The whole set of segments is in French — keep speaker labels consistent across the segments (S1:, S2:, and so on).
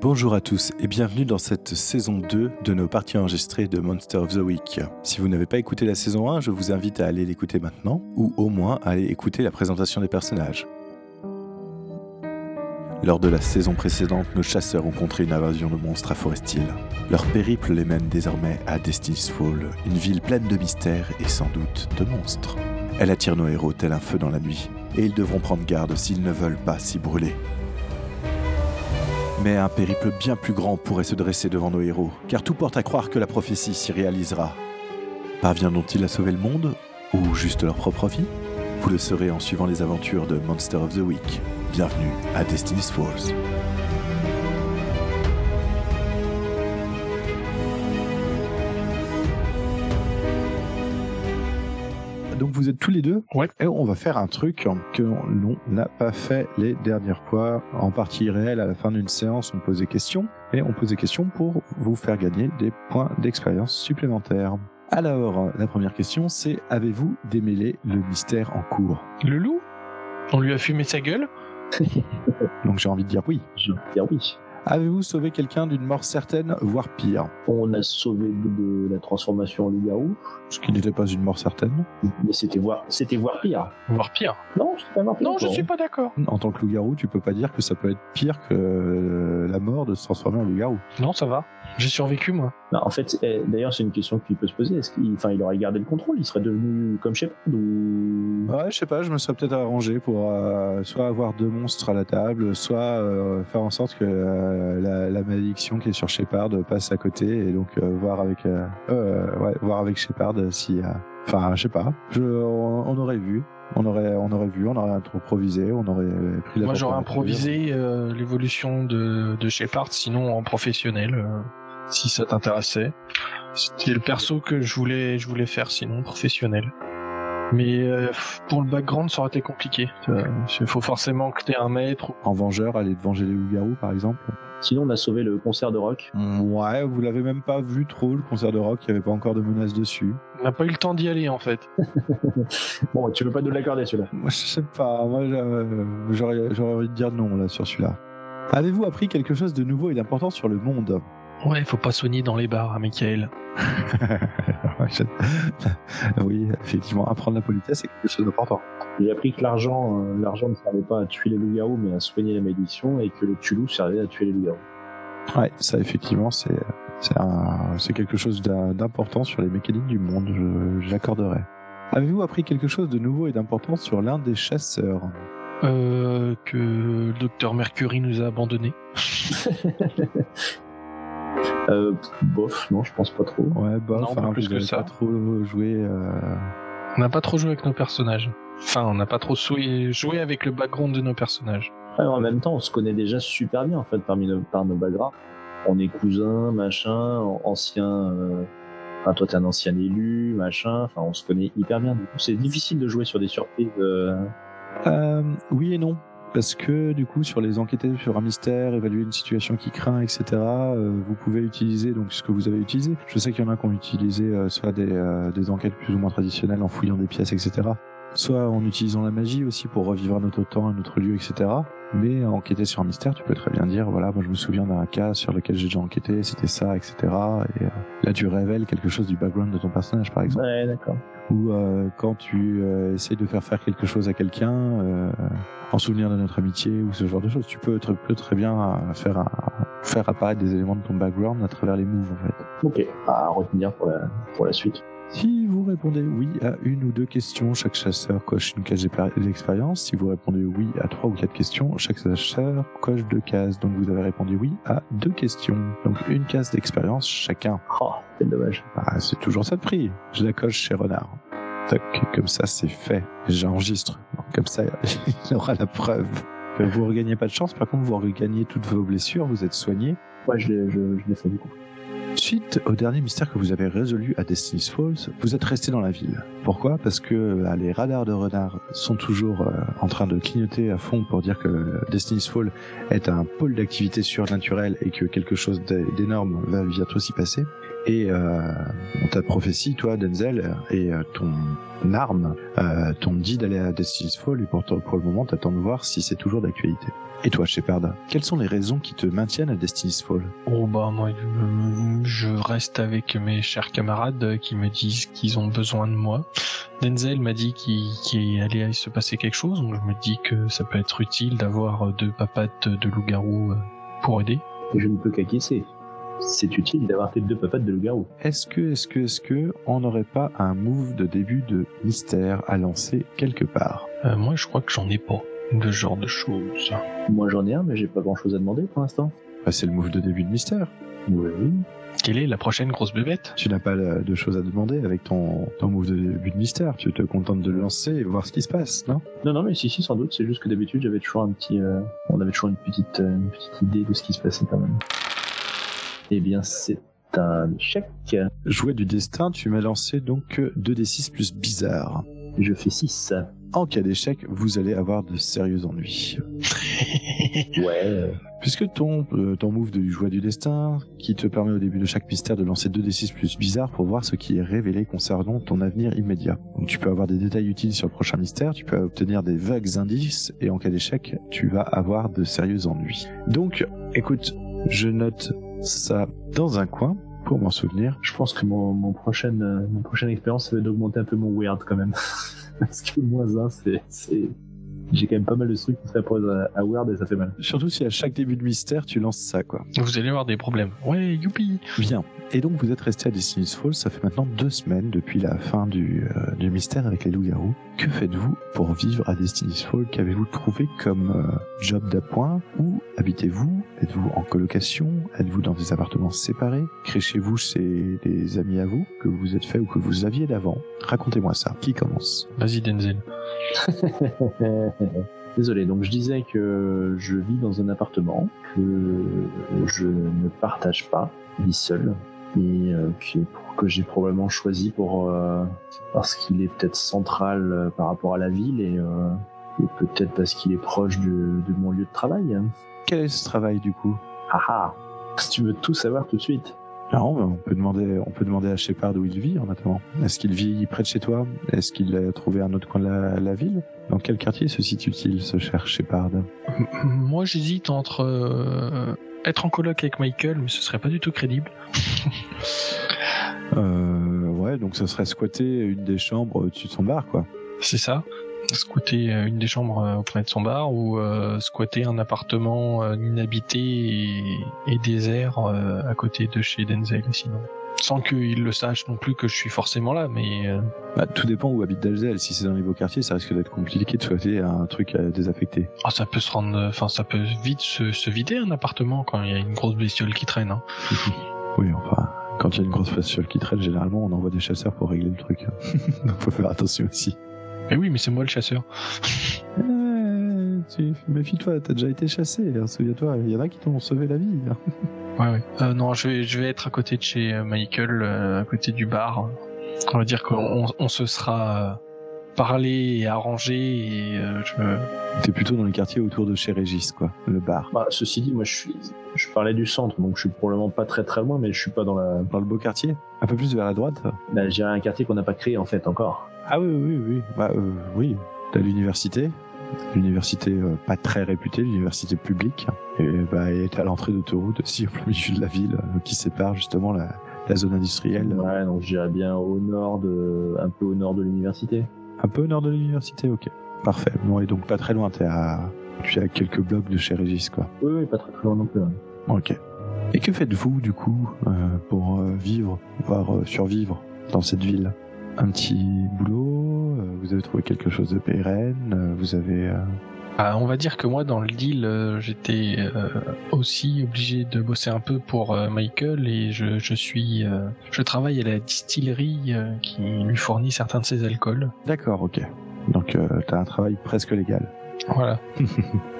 S1: Bonjour à tous et bienvenue dans cette saison 2 de nos parties enregistrées de Monster of the Week. Si vous n'avez pas écouté la saison 1, je vous invite à aller l'écouter maintenant ou au moins à aller écouter la présentation des personnages. Lors de la saison précédente, nos chasseurs ont contré une invasion de monstres à Forestil. Leur périple les mène désormais à Destiny's Fall, une ville pleine de mystères et sans doute de monstres. Elle attire nos héros tel un feu dans la nuit, et ils devront prendre garde s'ils ne veulent pas s'y brûler. Mais un périple bien plus grand pourrait se dresser devant nos héros, car tout porte à croire que la prophétie s'y réalisera. Parviendront-ils à sauver le monde, ou juste leur propre vie Vous le saurez en suivant les aventures de Monster of the Week. Bienvenue à Destiny's Falls. Donc vous êtes tous les deux
S2: Ouais.
S1: et on va faire un truc que l'on n'a pas fait les dernières fois. En partie réelle, à la fin d'une séance, on pose des questions et on pose des questions pour vous faire gagner des points d'expérience supplémentaires. Alors, la première question, c'est avez-vous démêlé le mystère en cours
S2: Le loup On lui a fumé sa gueule
S1: Donc j'ai envie de dire oui.
S3: Je veux dire oui.
S1: Avez-vous sauvé quelqu'un d'une mort certaine, voire pire
S3: On a sauvé de la transformation en loup-garou,
S1: Ce qui n'était pas une mort certaine.
S3: mais c'était voir, c'était voir pire.
S2: Voire pire.
S3: Non, c'était pas voir pire.
S2: Non, je
S3: encore,
S2: suis
S3: hein.
S2: pas d'accord.
S1: En tant que loup-garou, tu peux pas dire que ça peut être pire que euh, la mort de se transformer en loup-garou.
S2: Non, ça va. J'ai survécu, moi.
S3: Non, en fait, eh, d'ailleurs, c'est une question qu'il peut se poser. Est-ce qu'il, enfin, il aurait gardé le contrôle Il serait devenu comme Shepard ou
S1: Ouais, je sais pas, je me serais peut-être arrangé pour euh, soit avoir deux monstres à la table, soit euh, faire en sorte que euh, la, la malédiction qui est sur Shepard passe à côté et donc euh, voir avec euh, euh, ouais, voir avec Shepard si euh, enfin je sais pas, je, on, on aurait vu, on aurait on aurait vu, on aurait improvisé, on aurait pris la
S2: moi, j'aurais
S1: température.
S2: improvisé euh, l'évolution de, de Shepard, sinon en professionnel, euh, si ça t'intéressait. C'était le perso que je voulais, je voulais faire, sinon professionnel. Mais euh, pour le background, ça aurait été compliqué. Il faut forcément que t'aies un maître.
S1: en vengeur, aller te venger les loups-garous par exemple.
S3: Sinon, on a sauvé le concert de rock.
S2: Mm.
S1: Ouais, vous l'avez même pas vu trop le concert de rock, il y avait pas encore de menaces dessus.
S2: On n'a pas eu le temps d'y aller, en fait.
S3: Bon, tu veux pas nous l'accorder celui-là
S1: Moi, je sais pas. Moi, euh, j'aurais j'aurais envie de dire non là sur celui-là. Avez-vous appris quelque chose de nouveau et d'important sur le monde
S2: Ouais, faut pas soigner dans les bars, à Michael.
S1: Oui, effectivement, apprendre la politesse c'est quelque chose d'important.
S3: J'ai appris que l'argent, euh, l'argent ne servait pas à tuer les loups-garous, mais à soigner la malédiction, et que le tulou servait à tuer les loups-garous.
S1: Ouais, ça effectivement, c'est c'est un- c'est quelque chose d'un- d'important sur les mécaniques du monde. je- J'accorderai. Avez-vous appris quelque chose de nouveau et d'important sur l'un des chasseurs
S2: Euh, que le docteur Mercury nous a abandonnés.
S3: Euh, bof, non, je pense pas trop.
S1: Ouais, bah,
S2: Non,
S1: enfin,
S2: pas plus
S1: vous
S2: que
S1: avez
S2: ça.
S1: Pas trop joué. euh,
S2: On n'a pas trop joué avec nos personnages. Enfin, on n'a pas trop sou- joué avec le background de nos personnages.
S3: Après, en même temps, on se connaît déjà super bien en fait parmi nos, par nos backgrounds. On est cousins, machin, an- anciens. euh, Enfin, toi, t'es un ancien élu, machin. Enfin, on se connaît hyper bien. Du coup, c'est difficile de jouer sur des surprises. euh.
S1: Euh, oui et non. Parce que du coup, sur les enquêter sur un mystère, évaluer une situation qui craint, etc., euh, vous pouvez utiliser donc ce que vous avez utilisé. Je sais qu'il y en a qui ont utilisé euh, soit des, euh, des enquêtes plus ou moins traditionnelles en fouillant des pièces, etc., soit en utilisant la magie aussi pour revivre un autre temps, un autre lieu, etc. Mais euh, enquêter sur un mystère, tu peux très bien dire voilà, moi je me souviens d'un cas sur lequel j'ai déjà enquêté, c'était ça, etc. Et euh, là, tu révèles quelque chose du background de ton personnage, par exemple
S3: Ouais, d'accord.
S1: ou euh, quand tu euh, essayes de faire faire quelque chose à quelqu'un euh, en souvenir de notre amitié ou ce genre de choses. Tu peux très, peux très bien euh, faire, un- faire apparaître des éléments de ton background à travers les moves en fait.
S3: Ok, à retenir pour la, pour la suite.
S1: Si vous répondez oui à une ou deux questions, chaque chasseur coche une case d'expéri- d'expérience. Si vous répondez oui à trois ou quatre questions, chaque chasseur coche deux cases. Donc vous avez répondu oui à deux questions. Donc une case d'expérience chacun.
S3: Oh, c'est dommage.
S1: Ah, c'est toujours ça de prix. Je la coche chez Renard. Toc, comme ça, c'est fait. J'enregistre. Comme ça, il aura la preuve. Euh, Vous regagnez pas de chance, par contre, vous regagnez toutes vos blessures, vous êtes soigné.
S3: Ouais, je, l'ai- je, je l'ai fait du coup.
S1: Suite au dernier mystère que vous avez résolu à Destiny's Falls, vous êtes resté dans la ville. Pourquoi Parce que bah, les radars de Renard sont toujours euh, en train de clignoter à fond pour dire que Destiny's Falls est un pôle d'activité surnaturelle et que quelque chose d'é- d'énorme va bientôt s'y passer. et euh, ta prophétie, toi, Denzel, et euh, ton arme euh, t'ont dit d'aller à Destiny's Fall et pour, pour le moment, t'attends de voir si c'est toujours d'actualité. Et toi, Shepard, quelles sont les raisons qui te maintiennent à Destiny's Fall
S2: Oh bah moi, euh, je reste avec mes chers camarades qui me disent qu'ils ont besoin de moi. Denzel m'a dit qu'il qu'il allait se passer quelque chose, donc je me dis que ça peut être utile d'avoir deux papates de loup-garou euh, pour aider.
S3: Je ne peux qu'acquiescer. C'est utile d'avoir tes deux papates de loup-garou.
S1: Est-ce que, est-ce que, est-ce que, on n'aurait pas un move de début de mystère à lancer quelque part
S2: Euh, moi, je crois que j'en ai pas de ce genre de choses.
S3: Moi j'en ai un, mais j'ai pas grand chose à demander pour l'instant.
S1: Bah, C'est le move de début de mystère.
S3: Oui.
S2: Quelle est la prochaine grosse bébête
S1: Tu n'as pas euh, de choses à demander avec ton, ton move de début de mystère. Tu te contentes de le lancer et voir ce qui se passe, non
S3: Non, non, mais si, si, sans doute. C'est juste que d'habitude j'avais toujours un petit, euh, on avait toujours une petite, euh, une petite idée de ce qui se passait quand même. Eh bien, c'est un échec.
S1: Jouet du destin, tu m'as lancé donc euh, 2d6 plus bizarre.
S3: Je fais 6.
S1: En cas d'échec, vous allez avoir de sérieux ennuis.
S3: Ouais.
S1: Puisque ton, euh, ton move de joie du destin, qui te permet au début de chaque mystère de lancer 2d6 plus bizarre pour voir ce qui est révélé concernant ton avenir immédiat. Donc tu peux avoir des détails utiles sur le prochain mystère, tu peux obtenir des vagues indices, et en cas d'échec, tu vas avoir de sérieux ennuis. Donc, écoute, je note ça dans un coin pour m'en souvenir.
S3: Je pense que mon, mon prochaine, euh, mon prochaine expérience, ça va être d'augmenter un peu mon weird quand même. Parce que moins 1, c'est, c'est, j'ai quand même pas mal de trucs qui s'apposent à, à weird et ça fait mal.
S1: Surtout si à chaque début de mystère, tu lances ça, quoi.
S2: Vous allez avoir des problèmes. Ouais, youpi
S1: Bien. Et donc vous êtes resté à Destiny's Falls, ça fait maintenant deux semaines depuis la fin du, euh, du mystère avec les loups-garous. Que faites-vous pour vivre à Destiny's Falls Qu'avez-vous trouvé comme euh, job d'appoint Où habitez-vous Êtes-vous en colocation Êtes-vous dans des appartements séparés Créchez-vous chez des amis à vous que vous vous êtes fait ou que vous aviez d'avant Racontez-moi ça. Qui commence
S2: Vas-y, Denzel.
S3: Euh, Désolé, donc je disais que je vis dans un appartement, que je ne partage pas, je vis seul, et euh, qui est- que j'ai probablement choisi pour euh, parce qu'il est peut-être central euh, par rapport à la ville et, euh, et peut-être parce qu'il est proche de, de mon lieu de travail. hein.
S1: Quel est ce travail du coup
S3: Ah ah Si tu veux tout savoir tout de suite.
S1: Non, mais Ah, on peut demander, on peut demander à Shepard où il vit en attendant. Est-ce qu'il vit près de chez toi Est-ce qu'il a trouvé un autre coin de la, la ville Dans quel quartier se situe-t-il, ce cher Shepard
S2: M- Moi, j'hésite entre euh, être en coloc avec Michael, mais ce serait pas du tout crédible.
S1: Euh, ouais, donc ça serait squatter une des chambres au-dessus de son bar, quoi.
S2: C'est ça Squatter euh, une des chambres euh, auprès de son bar ou euh, squatter un appartement euh, inhabité et, et désert euh, à côté de chez Denzel, sinon. Sans qu'il le sache non plus que je suis forcément là, mais euh,
S1: Bah, tout dépend où habite Dalzel. Si c'est dans les beaux quartiers, ça risque d'être compliqué de squatter un truc euh, désaffecté.
S2: ah, ça peut se rendre, enfin ça peut vite se, se vider un appartement quand il y a une grosse bestiole qui traîne. hein.
S1: Oui, enfin, quand il y a une grosse faciole qui traîne, généralement, on envoie des chasseurs pour régler le truc. donc faut faire attention aussi.
S2: Mais oui, mais c'est moi le chasseur.
S1: Eh, tu- Méfie-toi, t'as déjà été chassé, hein, souviens-toi. Il y en a qui t'ont sauvé la vie. hein.
S2: Ouais, ouais. Euh, non, je vais, je vais être à côté de chez euh, Michael, euh, à côté du bar. On va dire qu'on on- on se sera euh, parlé et arrangé et euh, je,
S1: T'es plutôt dans les quartiers autour de chez Régis, quoi, le bar.
S3: Bah, ceci dit, moi je suis, je parlais du centre, donc je suis probablement pas très très loin, mais je suis pas dans la,
S1: Dans le beau quartier Un peu plus vers la droite
S3: la j'ai un quartier qu'on n'a pas créé en fait encore.
S1: Ah oui, oui, oui. Bah, euh, oui. T'as l'université, l'université euh, pas très réputée, l'université publique, et bah, elle est à l'entrée d'autoroute aussi au plein milieu de la ville, euh, qui sépare justement la, la zone industrielle, euh,
S3: Ouais, donc je dirais bien au nord de, un peu au nord de l'université.
S1: un peu au nord de l'université, ok. Parfait. Bon, et donc pas très loin, t'es à, tu es à quelques blocs de chez Régis, quoi.
S3: Oui, oui, pas très très loin non plus. hein.
S1: Ok. Et que faites-vous du coup euh, pour euh, vivre, voire euh, survivre dans cette ville Un petit boulot euh, Vous avez trouvé quelque chose de pérenne euh, Vous avez euh,
S2: Ah, on va dire que moi, dans le deal, euh, j'étais euh, aussi obligé de bosser un peu pour euh, Michael et je, je suis, euh, je travaille à la distillerie euh, qui lui fournit certains de ses alcools.
S1: D'accord, ok. Donc euh, t'as un travail presque légal.
S2: Voilà.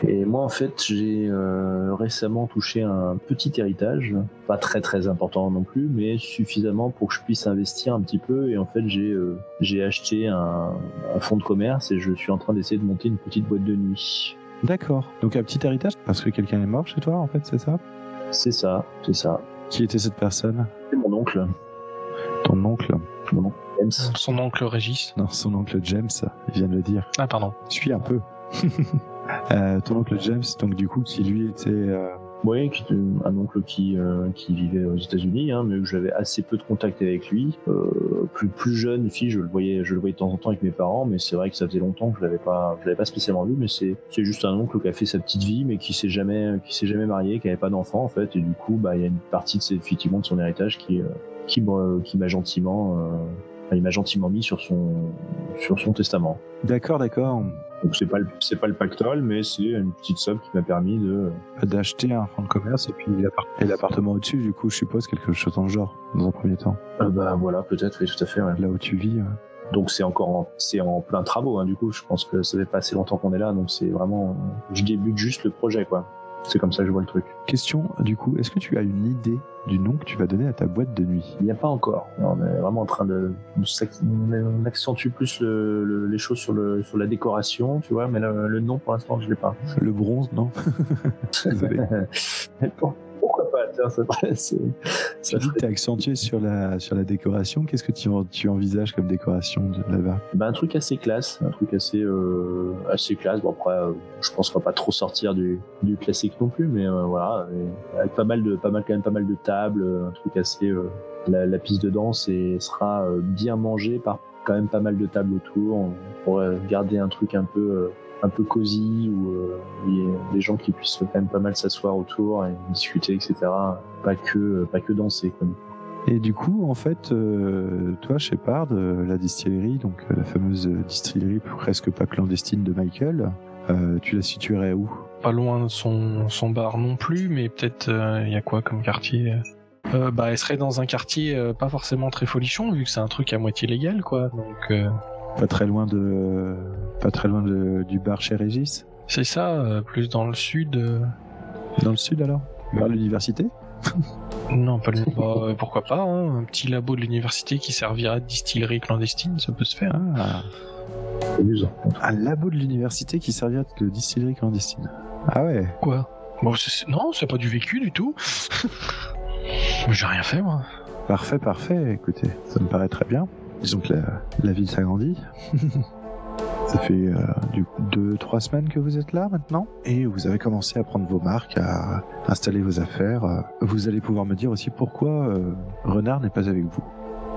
S3: Et moi, en fait, j'ai euh, récemment touché un petit héritage, pas très très important non plus, mais suffisamment pour que je puisse investir un petit peu. Et en fait, j'ai euh, j'ai acheté un, un fonds de commerce et je suis en train d'essayer de monter une petite boîte de nuit.
S1: D'accord. Donc un petit héritage parce que quelqu'un est mort chez toi en fait, c'est ça
S3: C'est ça, c'est ça.
S1: Qui était cette personne
S3: C'est mon oncle.
S1: Ton oncle
S3: Mon oncle James.
S2: Son oncle Régis.
S1: Non, son oncle James, il vient de le dire.
S2: Ah, pardon.
S1: Suis un peu. Euh, ton oncle James, donc du coup, qui lui était. euh,
S3: Oui, qui était un oncle qui, euh, qui vivait aux États-Unis, hein, mais où j'avais assez peu de contact avec lui. Euh, plus, plus jeune, si, je le voyais, je le voyais de temps en temps avec mes parents, mais c'est vrai que ça faisait longtemps que je l'avais pas, je l'avais pas spécialement vu. Mais c'est, c'est juste un oncle qui a fait sa petite vie, mais qui s'est jamais, qui s'est jamais marié, qui avait pas d'enfant en fait, et du coup, bah, il y a une partie de ses, effectivement, de son héritage qui, euh, qui, me- qui m'a gentiment, euh, enfin, il m'a gentiment mis sur son, sur son testament.
S1: D'accord, d'accord.
S3: Donc c'est pas le, c'est pas le pactole, mais c'est une petite somme qui m'a permis de
S1: D'acheter un fonds de commerce et puis l'appart- et l'appartement au-dessus, du coup, je suppose quelque chose dans le genre, dans un premier temps.
S3: Euh, bah voilà, peut-être, oui, tout à fait. ouais.
S1: Là où tu vis. hein. ouais.
S3: Donc c'est encore en, c'est en plein travaux, hein, du coup, je pense que ça fait pas assez longtemps qu'on est là, donc c'est vraiment, je débute juste le projet, quoi. C'est comme ça que je vois le truc.
S1: Question, du coup, est-ce que tu as une idée du nom que tu vas donner à ta boîte de nuit
S3: Il n'y a pas encore. On est vraiment en train de, on s'ac- on accentue plus le- le- les choses sur le, sur la décoration, tu vois, mais le, le nom pour l'instant je l'ai pas.
S1: Le bronze, non Désolé.
S3: Mais pour- pourquoi pas tiens, ça, c'est-
S1: Tu
S3: ça
S1: dis que
S3: serait-
S1: t'es accentué sur la, sur la décoration. Qu'est-ce que tu, en- tu envisages comme décoration de- là-bas
S3: bah, un truc assez classe, un truc assez euh, assez classe. Bon après, euh, je pense qu'on va pas trop sortir du, du classique non plus, mais euh, voilà, euh, avec pas mal de pas mal quand même pas mal de tables, euh, un truc assez euh, la, la piste de danse et sera euh, bien mangée par quand même pas mal de tables autour. On pourrait garder un truc un peu euh, un peu cosy où euh, il y a des gens qui puissent quand même pas mal s'asseoir autour et discuter, etc. Pas que pas que danser. Quoi.
S1: Et du coup, en fait, euh, toi, Shepard, euh, la distillerie, donc euh, la fameuse distillerie presque pas clandestine de Michael, euh, tu la situerais où
S2: Pas loin de son, son bar non plus, mais peut-être euh, il y a quoi comme quartier euh, bah, elle serait dans un quartier euh, pas forcément très folichon vu que c'est un truc à moitié légal quoi. Donc euh,
S1: Pas très loin de, pas très loin de- du bar chez Régis
S2: c'est ça, euh, plus dans le sud. euh,
S1: Dans le sud alors Vers l'université
S2: Non, pas le... bah, euh, pourquoi pas hein, Un petit labo de l'université qui servira de distillerie clandestine, ça peut se faire.
S1: Ah,
S3: C'est amusant.
S1: un labo de l'université qui servirait de distillerie clandestine. Ah ouais
S2: Quoi bon, c'est- c'est- Non, c'est pas du vécu du tout. J'ai rien fait moi.
S1: Parfait, parfait. Écoutez, ça me paraît très bien. Disons que la, la ville s'agrandit. ça fait euh, du coup deux, trois semaines que vous êtes là maintenant. Et vous avez commencé à prendre vos marques, à installer vos affaires. Euh, Vous allez pouvoir me dire aussi pourquoi euh, Renard n'est pas avec vous.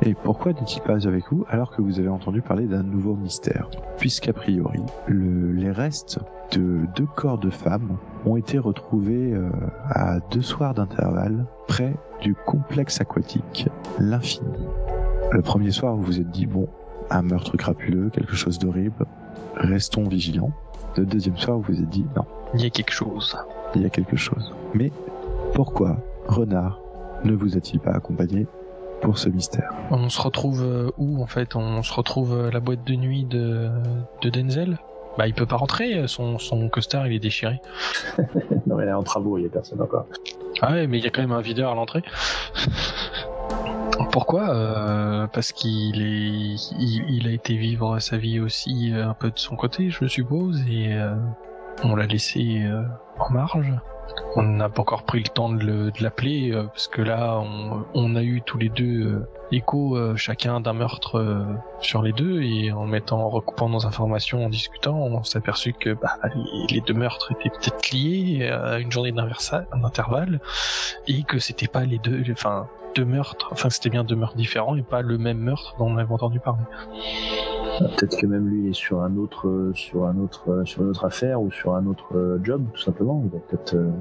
S1: Et pourquoi n'est-il pas avec vous alors que vous avez entendu parler d'un nouveau mystère Puisqu'a priori, le- les restes de deux corps de femmes ont été retrouvés euh, à deux soirs d'intervalle près du complexe aquatique, l'infini. Le premier soir, vous vous êtes dit, bon, un meurtre crapuleux, quelque chose d'horrible, restons vigilants. Le deuxième soir, vous vous êtes dit, non,
S2: Il y a quelque chose.
S1: il y a quelque chose. Mais pourquoi Renard ne vous a-t-il pas accompagné pour ce mystère
S2: On se retrouve euh, où en fait On se retrouve euh, à la boîte de nuit de, de Denzel Bah il peut pas rentrer, euh, son, son costard il est déchiré.
S3: non mais elle est en travaux, il y a personne encore.
S2: Ah ouais, mais il y a quand même un videur à l'entrée. Pourquoi Euh, Parce qu'il est, il, il a été vivre sa vie aussi euh, un peu de son côté, je suppose, et euh, on l'a laissé euh, en marge. On n'a pas encore pris le temps de le- de l'appeler euh, parce que là, on, on a eu tous les deux euh, écho euh, chacun d'un meurtre euh, sur les deux et en mettant, en recoupant nos informations, en discutant, on s'est aperçu que bah, les- les deux meurtres étaient peut-être liés euh, à une journée d'inversa- d'intervalle et que c'était pas les deux, enfin deux meurtres, enfin c'était bien deux meurtres différents et pas le même meurtre dont on avait entendu parler.
S3: Peut-être que même lui il est sur un autre, euh, sur un autre, euh, sur une autre affaire ou sur un autre euh, job tout simplement. Il a peut-être, euh,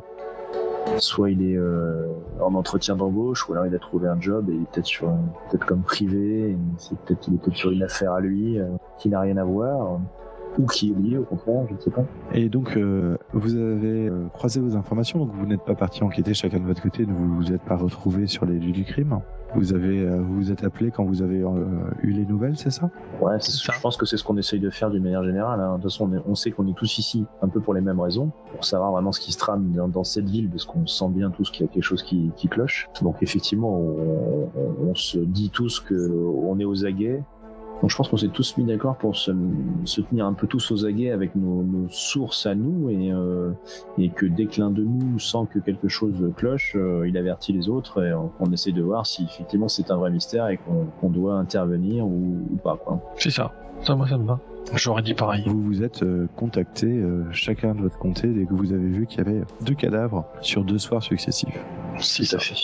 S3: soit il est euh, en entretien d'embauche ou alors il a trouvé un job et il est peut-être sur, un- peut-être comme privé. et C'est peut-être qu'il est peut-être sur une affaire à lui euh, qui n'a rien à voir euh, ou qui est lié au contraire, je ne sais pas.
S1: Et donc, euh, vous avez euh, croisé vos informations, donc vous n'êtes pas parti enquêter chacun de votre côté, ne vous, vous êtes pas retrouvé sur les lieux du crime. Vous avez, euh, vous, vous êtes appelé quand vous avez euh, eu les nouvelles, c'est ça
S3: Ouais, c'est-
S2: C'est ça.
S3: je pense que c'est ce qu'on essaye de faire d'une manière générale. hein. De toute façon, on, est- on sait qu'on est tous ici un peu pour les mêmes raisons, pour savoir vraiment ce qui se trame dans, dans cette ville, parce qu'on sent bien tous qu'il y a quelque chose qui, qui cloche. Donc effectivement, on, on- on se dit tous que on est aux aguets. Donc je pense qu'on s'est tous mis d'accord pour se, se tenir un peu tous aux aguets avec nos, nos sources à nous et, euh, et que dès que l'un de nous sent que quelque chose cloche, euh, il avertit les autres et on, on essaie de voir si effectivement c'est un vrai mystère et qu'on qu'on doit intervenir ou, ou pas. Quoi.
S2: C'est ça. Ça, moi, ça me va. J'aurais dit pareil.
S1: Vous vous êtes euh, contacté euh, chacun de votre comté dès que vous avez vu qu'il y avait deux cadavres sur deux soirs successifs.
S2: Si
S3: ça.
S2: fait.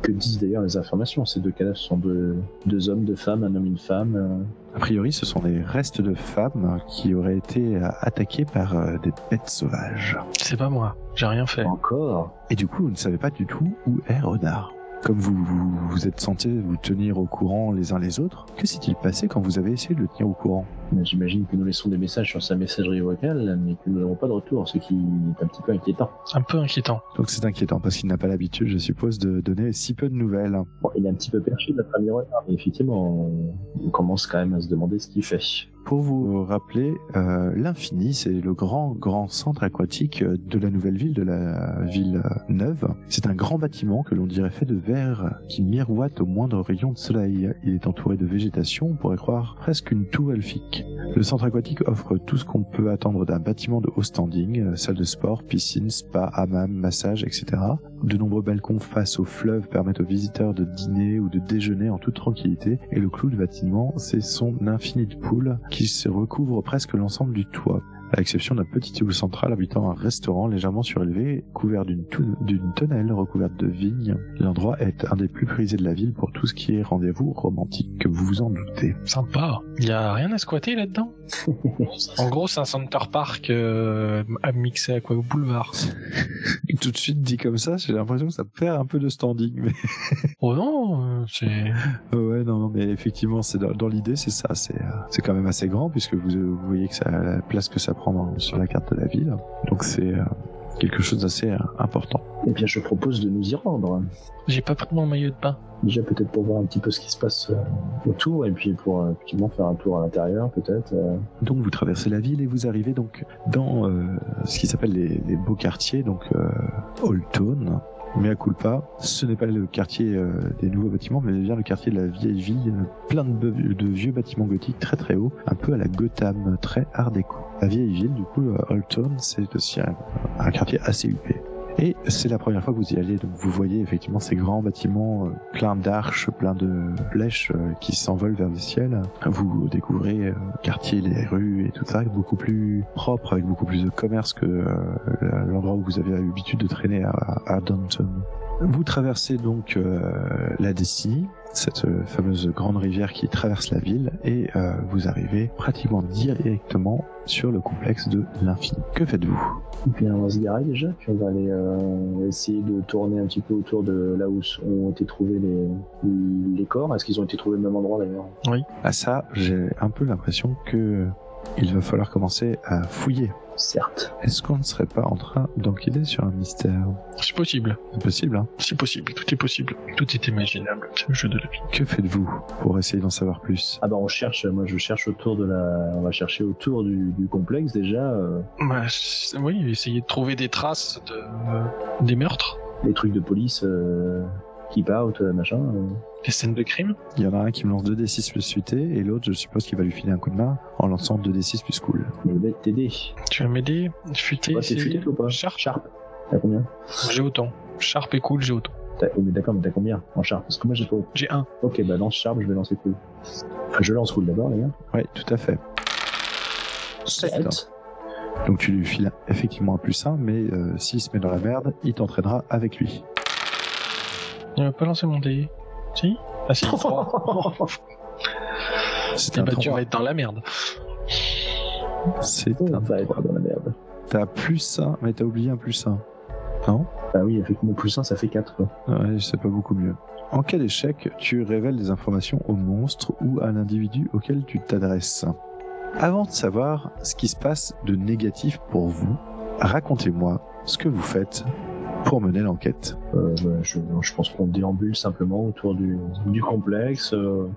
S3: Que disent d'ailleurs les informations Ces deux cadavres sont deux, deux hommes, deux femmes, un homme, une femme. euh,
S1: A priori, ce sont des restes de femmes qui auraient été euh, attaquées par euh, des bêtes sauvages.
S2: C'est pas moi. J'ai rien fait.
S3: Encore
S1: Et du coup, vous ne savez pas du tout où est Renard. Comme vous vous, vous êtes sentis vous tenir au courant les uns les autres, que s'est-il passé quand vous avez essayé de le tenir au courant
S3: Mais J'imagine que nous laissons des messages sur sa messagerie vocale, mais que nous n'avons pas de retour, ce qui est un petit peu inquiétant.
S2: Un peu inquiétant.
S1: Donc c'est inquiétant parce qu'il n'a pas l'habitude, je suppose, de donner si peu de nouvelles.
S3: Bon, il est un petit peu perché, notre ami Renard, mais effectivement, on, on commence quand même à se demander ce qu'il fait.
S1: Pour vous rappeler, euh, l'infini, c'est le grand, grand centre aquatique euh, de la nouvelle ville, de la ville euh, neuve. C'est un grand bâtiment que l'on dirait fait de verre qui miroite au moindre rayon de soleil. Il est entouré de végétation, on pourrait croire presque une tour elfique. Le centre aquatique offre tout ce qu'on peut attendre d'un bâtiment de haut standing, euh, salle de sport, piscine, spa, hammam, massage, etc. De nombreux balcons face au fleuve permettent aux visiteurs de dîner ou de déjeuner en toute tranquillité, et le clou du bâtiment, c'est son infinie de poule qui se recouvre presque l'ensemble du toit, à l'exception d'un petit îlot central habitant un restaurant légèrement surélevé, couvert d'une tou- d'une tonnelle recouverte de vignes. L'endroit est un des plus prisés de la ville pour tout ce qui est rendez-vous romantique, que vous vous en doutez.
S2: Sympa. Y a rien à squatter là-dedans.
S3: Eh
S2: En gros, c'est un Center Park euh, à mixer à quoi au boulevard.
S1: Tout de suite dit comme ça, j'ai l'impression que ça perd un peu de standing.
S2: Oh non, euh, c'est.
S1: Euh, Ouais, non, non, mais effectivement, c'est dans, dans l'idée, c'est ça. C'est euh, c'est quand même assez grand puisque vous, euh, vous voyez que ça, la place que ça prend dans- sur la carte de la ville. Donc c'est euh, quelque chose d'assez euh, important.
S3: Eh bien, je propose de nous y rendre.
S2: J'ai pas pris mon maillot de bain.
S3: Déjà, peut-être pour voir un petit peu ce qui se passe euh, autour, et puis pour euh, effectivement faire un tour à l'intérieur, peut-être. euh.
S1: Donc vous traversez la ville et vous arrivez donc dans euh, ce qui s'appelle les, les beaux quartiers, donc euh, Old Town. Mais à culpa, ce n'est pas le quartier euh, des nouveaux bâtiments, mais bien le quartier de la vieille ville, euh, plein de, be- de vieux bâtiments gothiques très très hauts, un peu à la Gotham, très art déco. La vieille ville, du coup, euh, Old Town, c'est aussi un, un quartier assez huppé. Et c'est la première fois que vous y allez, donc vous voyez effectivement ces grands bâtiments euh, pleins d'arches, pleins de flèches euh, qui s'envolent vers le ciel. Vous découvrez euh, le quartier, les rues et tout ça, beaucoup plus propre, avec beaucoup plus de commerce que euh, la- l'endroit où vous avez l'habitude de traîner à, à Downton. Vous traversez donc euh, la Destiny, cette euh, fameuse grande rivière qui traverse la ville, et euh, vous arrivez pratiquement directement sur le complexe de l'infini. Que faites-vous
S3: Et puis, on va se garer déjà, puis on va aller euh, essayer de tourner un petit peu autour de là où s- ont été trouvés les, les corps. Est-ce qu'ils ont été trouvés au même endroit d'ailleurs
S1: À ça, j'ai un peu l'impression que il va falloir commencer à fouiller.
S3: Certes.
S1: Est-ce qu'on ne serait pas en train d'enquêter sur un mystère
S2: C'est possible.
S1: C'est possible, hein
S2: C'est possible. Tout est possible. Tout est imaginable. C'est le jeu de la vie.
S1: Que faites-vous pour essayer d'en savoir plus
S3: Ah bah on cherche, moi je cherche autour de la, on va chercher autour du, du complexe déjà euh,
S2: Bah, c'est- oui, essayer de trouver des traces de euh, des meurtres,
S3: les trucs de police, euh, keep out, euh, machin. euh.
S2: des scènes de crime.
S1: Il y en a un qui me lance 2d6 plus suité, et l'autre, je suppose qu'il va lui filer un coup de main en lançant 2d6 plus cool.
S3: Mais je vais t'aider.
S2: Tu vas m'aider. Futé.
S3: Toi, t'es
S2: essayer.
S3: futé, toi, ou pas
S2: Sharp.
S3: Sharp. T'as combien
S2: J'ai autant. Sharp et cool, j'ai autant.
S3: T'as- oh, Mais d'accord, mais t'as combien en sharp Parce que moi j'ai pas.
S2: J'ai un.
S3: Ok, bah lance sharp, je vais lancer cool. Enfin, je lance cool d'abord, les gars.
S1: Ouais, tout à fait.
S3: Sept.
S1: Donc tu lui files effectivement un plus 1, mais euh, s'il se met dans la merde, il t'entraînera avec lui.
S2: Il m'a pas lancé mon dé. Si Ah si, trois.
S1: C'est
S2: Eh
S1: un
S2: bah, tu
S1: trois.
S2: vas être dans la merde.
S1: C'est
S3: On
S1: un
S3: hein, va
S1: trois.
S3: être dans la merde.
S1: T'as plus 1, mais t'as oublié un plus 1. Non
S3: Bah oui, effectivement, plus 1, ça fait 4. Quoi.
S1: Ouais, c'est pas beaucoup mieux. En cas d'échec, tu révèles des informations au monstre ou à l'individu auquel tu t'adresses. Avant de savoir ce qui se passe de négatif pour vous, racontez-moi ce que vous faites pour mener l'enquête.
S3: Euh, bah, je, je pense qu'on déambule simplement autour du, du complexe, euh,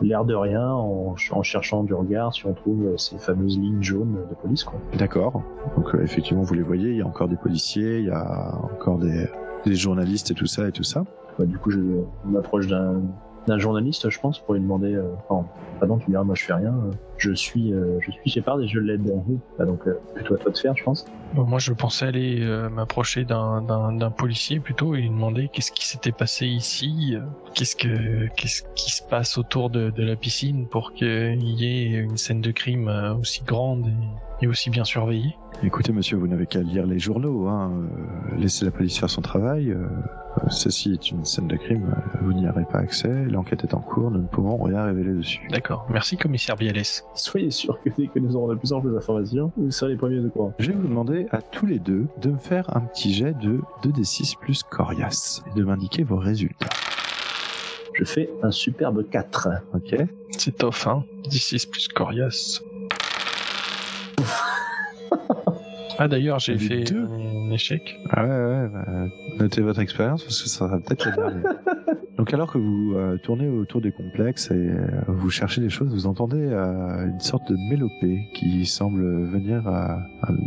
S3: l'air de rien, en, ch- en cherchant du regard si on trouve euh, ces fameuses lignes jaunes de police. Quoi.
S1: D'accord. Donc euh, effectivement, vous les voyez, il y a encore des policiers, il y a encore des, des journalistes et tout ça et tout ça.
S3: Bah, du coup, je m'approche d'un d'un journaliste, je pense, pour lui demander. euh, enfin, bah non, tu me diras, moi je fais rien. euh, Je suis, euh, je suis Shepard et je l'aide. Oui, Bah donc euh, plutôt à toi de faire, je pense.
S2: Bon, moi, je pensais aller euh, m'approcher d'un- d'un d'un policier plutôt et lui demander qu'est-ce qui s'était passé ici, euh, qu'est-ce que qu'est-ce qui se passe autour de, de la piscine pour qu'il y ait une scène de crime euh, aussi grande et, et aussi bien surveillée.
S1: Écoutez, monsieur, vous n'avez qu'à lire les journaux. Hein. euh, laissez la police faire son travail. euh, ceci est une scène de crime. euh, Vous n'y aurez pas accès. L'enquête est en cours. Nous ne pourrons rien révéler dessus.
S2: D'accord. Merci, commissaire Bialès.
S3: Soyez sûr que dès que nous aurons de plus en plus d'informations, vous serez les premiers de croire.
S1: Je vais vous demander à tous les deux de me faire un petit jet de 2d6 plus coriace et de m'indiquer vos résultats.
S3: Je fais un superbe 4.
S1: Ok
S2: C'est tough, hein 16 plus coriace. ah, d'ailleurs, j'ai
S1: Les
S2: fait
S1: deux
S2: un échec.
S1: Ah ouais, ouais, bah, notez votre expérience parce que ça sera peut-être la dernière. Donc alors que vous euh, tournez autour des complexes et euh, vous cherchez des choses, vous entendez euh, une sorte de mélopée qui semble venir euh,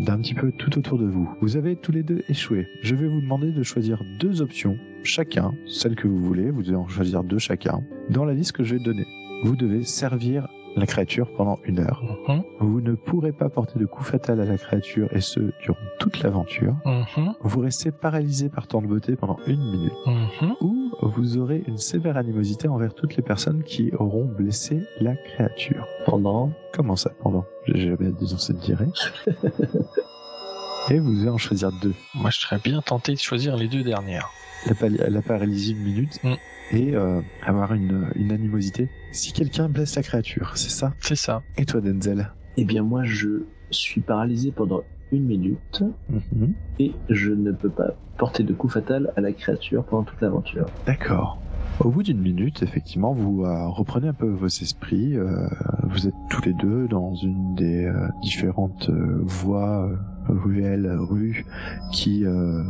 S1: d'un petit peu tout autour de vous. Vous avez tous les deux échoué. Je vais vous demander de choisir deux options, chacun, celle que vous voulez, vous devez en choisir deux chacun, dans la liste que je vais donner. Vous devez servir la créature pendant une heure.
S2: Mhm,
S1: Vous ne pourrez pas porter de coup fatal à la créature et ce durant toute l'aventure.
S2: mhm,
S1: Vous restez paralysé par temps de beauté pendant une minute,
S2: mhm.
S1: ou vous aurez une sévère animosité envers toutes les personnes qui auront blessé la créature.
S3: Pendant.
S1: Comment ça pendant J'ai jamais dit cette durée. Et vous devez en choisir deux.
S2: Moi, je serais bien tenté de choisir les deux dernières.
S1: La, pal- la paralysie une minute
S2: Mm.
S1: et euh, avoir une, une animosité. Si quelqu'un blesse la créature, c'est ça
S2: C'est ça.
S1: Et toi, Denzel
S3: Eh bien, moi, je suis paralysé pendant une minute et je ne peux pas porter de coup fatal à la créature pendant toute l'aventure.
S1: D'accord. Au bout d'une minute, effectivement, vous euh, reprenez un peu vos esprits. euh, vous êtes tous les deux dans une des euh, différentes euh, voies, euh, ruelles, rues qui euh,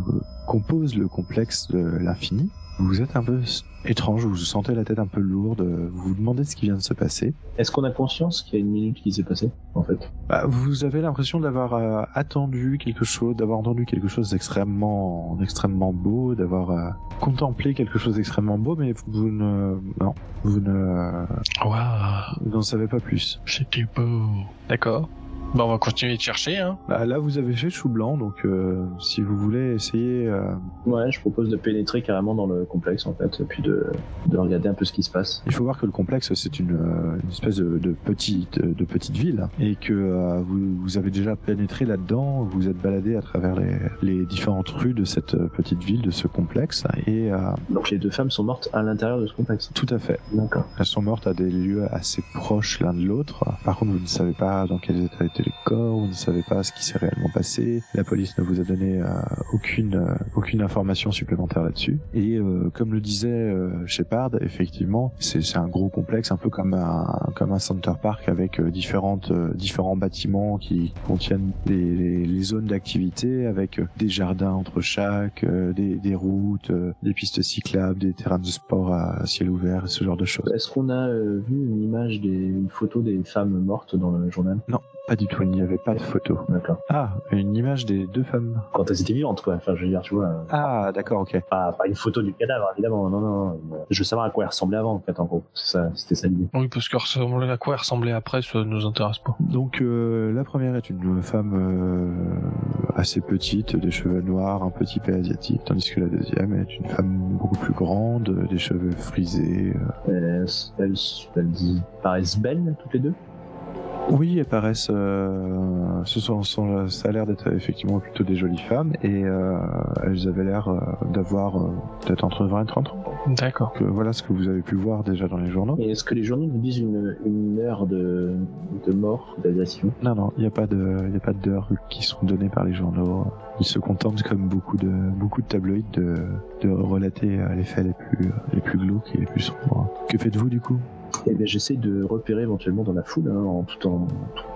S1: composent le complexe de l'infini. Vous êtes un peu s- étrange, vous sentez la tête un peu lourde, euh, vous vous demandez ce qui vient de se passer.
S3: Est-ce qu'on a conscience qu'il y a une minute qui s'est passée, en fait
S1: Bah, vous avez l'impression d'avoir euh, attendu quelque chose, d'avoir entendu quelque chose d'extrêmement extrêmement beau, d'avoir euh, contemplé quelque chose d'extrêmement beau, mais vous ne... Non, vous ne...
S2: Waouh,
S1: Vous n'en savez pas plus.
S2: c'était beau. D'accord. Bah, on va continuer de chercher, hein.
S1: Bah, là, vous avez fait chou blanc, donc euh, si vous voulez essayer... euh,
S3: Ouais, je propose de pénétrer carrément dans le complexe, en fait, et puis de, de regarder un peu ce qui se passe.
S1: il faut voir que le complexe, c'est une, euh, une espèce de, de petite, de petite ville, et que euh, vous, vous avez déjà pénétré là-dedans, vous êtes baladé à travers les, les différentes rues de cette euh, petite ville, de ce complexe, et euh,
S3: Donc les deux femmes sont mortes à l'intérieur de ce complexe.
S1: tout à fait.
S3: D'accord.
S1: Elles sont mortes à des lieux assez proches l'un de l'autre. Par contre, vous ne savez pas dans quel état étaient les corps, vous ne savez pas ce qui s'est réellement passé. La police ne vous a donné euh, aucune, euh, aucune information supplémentaire là-dessus. Et euh, comme le disait euh, Shepard, effectivement, c'est c'est un gros complexe, un peu comme un, comme un Center Park avec euh, différentes, euh, différents bâtiments qui contiennent les, les- les zones d'activité avec euh, des jardins entre chaque, euh, des, des routes, euh, des pistes cyclables, des terrains de sport à ciel ouvert, ce genre de choses.
S3: Est-ce qu'on a euh, vu une image, des, une photo des femmes mortes dans le journal
S1: Pas du tout, il n'y avait pas de photo.
S3: D'accord.
S1: Ah, une image des deux femmes.
S3: Quand elles étaient vivantes, quoi. Enfin, je veux dire, tu vois, euh,
S1: Ah, d'accord, ok.
S3: pas, pas une photo du cadavre, évidemment. Non, non, non. Je veux savoir à quoi elles ressemblaient avant, en fait, en gros. C'est ça, c'était ça l'idée.
S2: Oui, parce que ressemblait à quoi elle ressemblait après, ça nous intéresse pas.
S1: Donc euh, la première est une femme euh, assez petite, des cheveux noirs, un petit peu asiatique, tandis que la deuxième est une femme beaucoup plus grande, euh, des cheveux frisés. euh.
S3: Elles, elles, elles paraissent belles, toutes les deux
S1: Oui, elles paraissent, euh, ce sont, sont- ça a l'air d'être effectivement plutôt des jolies femmes, et euh, elles avaient l'air euh, d'avoir euh, peut-être entre 20 et 30 ans.
S2: D'accord.
S1: Donc, euh, voilà ce que vous avez pu voir déjà dans les journaux.
S3: Et est-ce que les journaux nous disent une, une heure de, de mort, d'agression
S1: Non, non, il n'y a pas de, y a pas d'heures qui sont données par les journaux. Ils se contentent, comme beaucoup de, beaucoup de tabloïds, de, de relater euh, les faits les plus, les plus glauques et les plus sombres. Que faites-vous du coup
S3: Et Eh bien j'essaie de repérer éventuellement dans la foule, hein, en, tout, en,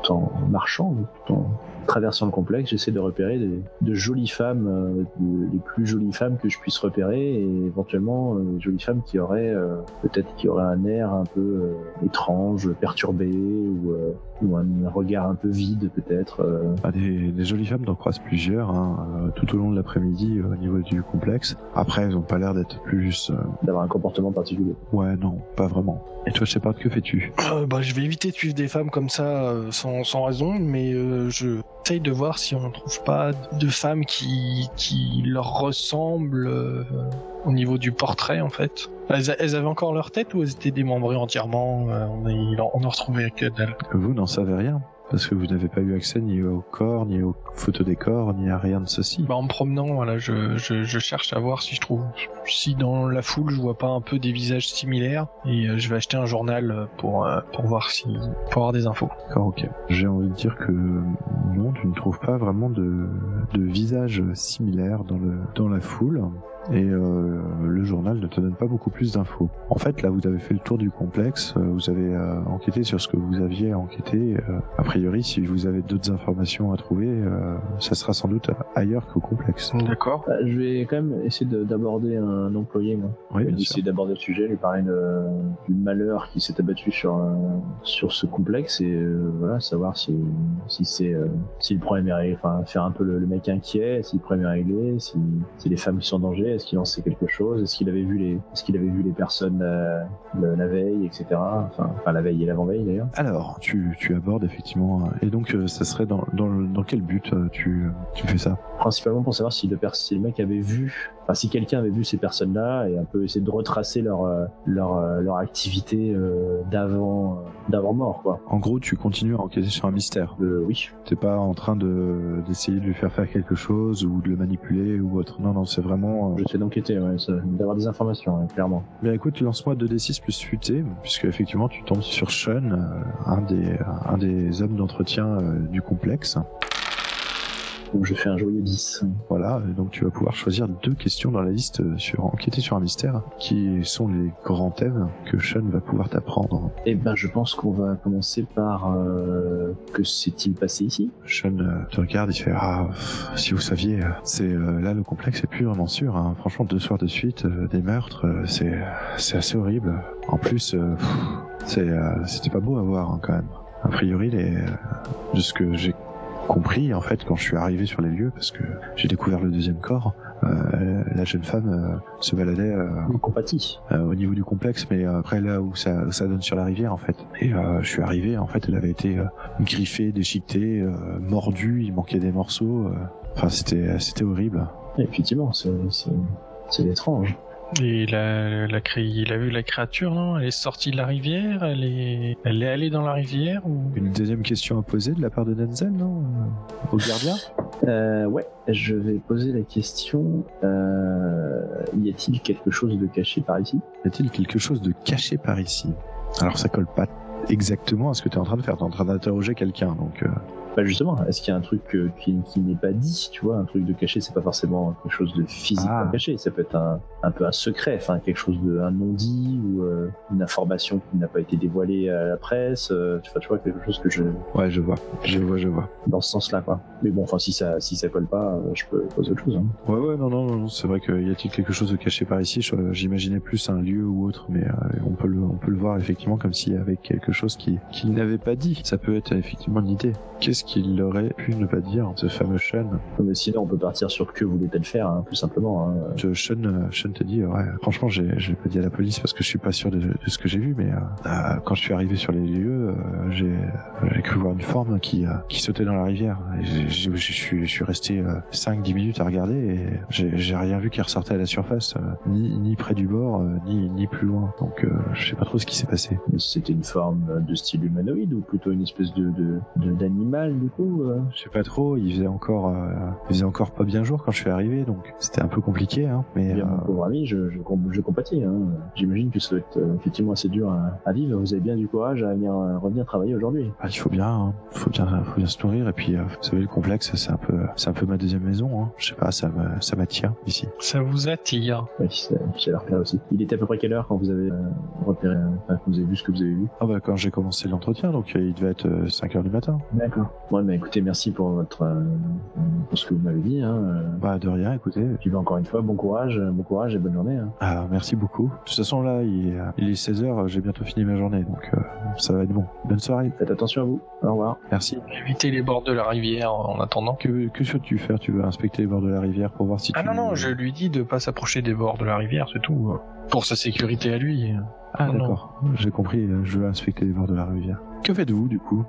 S3: tout en marchant, tout en traversant le complexe, j'essaie de repérer des- de jolies femmes, euh, de- les plus jolies femmes que je puisse repérer, et éventuellement euh, des jolies femmes qui auraient euh, peut-être qui auraient un air un peu euh, étrange, perturbé, ou, euh, ou un regard un peu vide peut-être. euh,
S1: Ah, des, des jolies femmes, t'en croises plusieurs hein, euh, tout au long de l'après-midi euh, au niveau du complexe. Après, elles ont pas l'air d'être plus. euh,
S3: d'avoir un comportement particulier.
S1: Ouais, non, pas vraiment. Et toi, Shepard, que fais-tu
S2: Euh, bah, je vais éviter de suivre des femmes comme ça euh, sans, sans raison, mais euh, je essaye de voir si on ne trouve pas de femmes qui, qui leur ressemblent euh, au niveau du portrait en fait. Elles, a- elles avaient encore leur tête ou elles étaient démembrées entièrement euh, On est- on en retrouvait que dalle.
S1: Vous n'en savez rien, parce que vous n'avez pas eu accès ni au corps, ni aux photos des corps, ni à rien de ceci.
S2: Bah, en me promenant, voilà, je, je, je cherche à voir si je trouve, si dans la foule je vois pas un peu des visages similaires, et euh, je vais acheter un journal euh, pour, euh, pour voir si, pour avoir des infos.
S1: D'accord, ok. J'ai envie de dire que euh, non, tu ne trouves pas vraiment de, de visage similaire dans, le, dans la foule. Et euh, le journal ne te donne pas beaucoup plus d'infos. En fait, là, vous avez fait le tour du complexe, euh, vous avez euh, enquêté sur ce que vous aviez enquêté. a priori, si vous avez d'autres informations à trouver, euh, ça sera sans doute ailleurs qu'au complexe.
S2: D'accord.
S3: Bah, je vais quand même essayer de- d'aborder un employé, moi.
S1: Oui, bien sûr.
S3: J'essaie d'aborder le sujet, lui parler de- du malheur qui s'est abattu sur, euh, sur ce complexe et euh, voilà, savoir si, si, c'est, euh, si le problème est réglé, enfin faire un peu le, le mec inquiet, si le problème est réglé, si, si les femmes qui sont en danger, est-ce qu'il en sait quelque chose, est-ce qu'il avait vu les, est-ce qu'il avait vu les personnes euh, le- la veille, etc. Enfin, enfin, la veille et l'avant-veille d'ailleurs.
S1: Alors, tu, tu abordes effectivement. Et donc, euh, ça serait dans, dans, le- dans quel but euh, tu, tu fais ça
S3: Principalement pour savoir si le, pers- si le mec avait vu, enfin si quelqu'un avait vu ces personnes-là et un peu essayer de retracer leur, euh, leur, euh, leur activité euh, d'avant, euh, d'avant mort quoi.
S1: En gros, tu continues à enquêter sur un mystère.
S3: Euh, oui,
S1: T'es pas en train de d'essayer de lui faire faire quelque chose ou de le manipuler ou autre. Non, non, c'est vraiment. euh,
S3: J'essaie d'enquêter, ouais, ça- d'avoir des informations, ouais, clairement.
S1: Mais écoute, lance-moi 2d6 plus futé, puisque effectivement tu tombes sur Sean, euh, un des un des hommes d'entretien euh, du complexe.
S3: Donc je fais un joyeux 10.
S1: Voilà, et donc tu vas pouvoir choisir deux questions dans la liste euh, sur enquêter sur un mystère, qui sont les grands thèmes que Sean va pouvoir t'apprendre.
S3: Et ben je pense qu'on va commencer par euh, que s'est-il passé ici
S1: Sean euh, te regarde, il fait ah pff, si vous saviez, euh, c'est euh, là le complexe est plus vraiment sûr. hein. Franchement, deux soirs de suite, euh, des meurtres, euh, c'est c'est assez horrible. En plus, euh, pff, c'est euh, c'était pas beau à voir hein, quand même. A priori, les, euh, de ce que j'ai compris en fait quand je suis arrivé sur les lieux, parce que j'ai découvert le deuxième corps, euh, la jeune femme euh, se baladait euh,
S3: On compatit.
S1: euh, au niveau du complexe, mais euh, après là où ça, où ça donne sur la rivière en fait. Et euh, je suis arrivé, en fait, elle avait été euh, griffée, déchiquetée, euh, mordue, il manquait des morceaux. euh. Enfin, c'était, c'était horrible.
S3: Effectivement, c'est c'est- c'est étrange.
S2: Et la, la, cré- il a vu la créature, non Elle est sortie de la rivière Elle est, elle est allée dans la rivière ou...
S1: Une deuxième question à poser de la part de Denzel, non euh, Au gardien
S3: Euh, ouais, je vais poser la question, euh, y a-t-il quelque chose de caché par ici
S1: Y a-t-il quelque chose de caché par ici Alors ça colle pas exactement à ce que tu es en train de faire. Tu en train d'interroger quelqu'un, donc... euh,
S3: Bah justement, est-ce qu'il y a un truc euh, qui, qui n'est pas dit, tu vois, un truc de caché, c'est pas forcément quelque chose de physiquement
S1: Ah.
S3: caché, ça peut être un, un peu un secret, enfin quelque chose de un non dit ou euh, une information qui n'a pas été dévoilée à la presse, euh, tu vois, tu vois quelque chose que je
S1: euh, Ouais, je vois. Je vois, je vois.
S3: dans ce sens-là quoi. Mais bon, enfin si ça si ça colle pas, euh, je peux poser autre chose. Hein.
S1: Ouais, ouais, non, non, non, non, c'est vrai qu'il y a-t-il quelque chose de caché par ici Je- J'imaginais plus un lieu ou autre, mais euh, on, peut le, on peut le voir effectivement comme s'il y avait quelque chose qui- qu'il n'avait pas dit. Ça peut être effectivement une idée. Qu'est-ce qu'il aurait pu ne pas dire, ce fameux Sean
S3: Mais sinon, on peut partir sur que voulait-elle faire, hein, tout simplement. hein.
S1: Je- Sean, euh, Sean te dit, euh, ouais, franchement, j'ai- je l'ai pas dit à la police parce que je suis pas sûr de, de ce que j'ai vu, mais euh, euh, quand je suis arrivé sur les lieux, euh, j'ai j'ai cru voir une forme qui, euh, qui sautait dans la rivière. Et j'ai- j'ai- Je suis- je suis resté 5-10 minutes à regarder et j'ai j'ai rien vu qui ressortait à la surface, euh, ni, ni près du bord, euh, ni, ni plus loin. Donc euh, je sais pas trop ce qui s'est passé.
S3: C'était une forme de style humanoïde ou plutôt une espèce de de- de- d'animal Noël du coup euh,
S1: Je sais pas trop, il faisait encore, euh, il faisait encore pas bien jour quand je suis arrivé, donc c'était un peu compliqué. Hein, mais
S3: bien, mon
S1: euh,
S3: pauvre ami, je, je, com- je compatis. hein. J'imagine que ça doit être euh, effectivement assez dur à, à vivre. Vous avez bien du courage à venir euh, revenir travailler aujourd'hui.
S1: ah, il faut bien, hein, faut bien, faut bien se nourrir. Et puis, euh, vous savez, le complexe, c'est un peu, c'est un peu ma deuxième maison. Hein. Je sais pas, ça me- ça m'attire ici.
S2: Ça vous attire.
S3: Oui, c'est- j'ai leur repéré aussi. Il était à peu près quelle heure quand vous avez euh, repéré, euh, enfin, quand vous avez vu ce que vous avez vu
S1: Ah bah quand j'ai commencé l'entretien, donc euh, il devait être 5h du matin.
S3: D'accord. Bon, mais écoutez, merci pour votre euh, pour ce que vous m'avez dit. Hein. euh,
S1: Bah de rien, écoutez.
S3: Puis bah, encore une fois, bon courage, euh, bon courage et bonne journée. hein.
S1: Ah, merci beaucoup. De toute façon là, il est, euh, il est 16h, j'ai bientôt fini ma journée, donc euh, ça va être bon. Bonne soirée,
S3: Faites attention à vous. Au revoir.
S1: merci.
S2: Évitez les bords de la rivière en attendant.
S1: Que, que souhaites-tu faire Tu veux inspecter les bords de la rivière pour voir si
S2: Ah
S1: tu...
S2: non, non, je lui dis de pas s'approcher des bords de la rivière, c'est tout. euh, Pour sa sécurité à lui.
S1: Ah
S2: non,
S1: d'accord, j'ai compris, euh, je veux inspecter les bords de la rivière. Que faites-vous du coup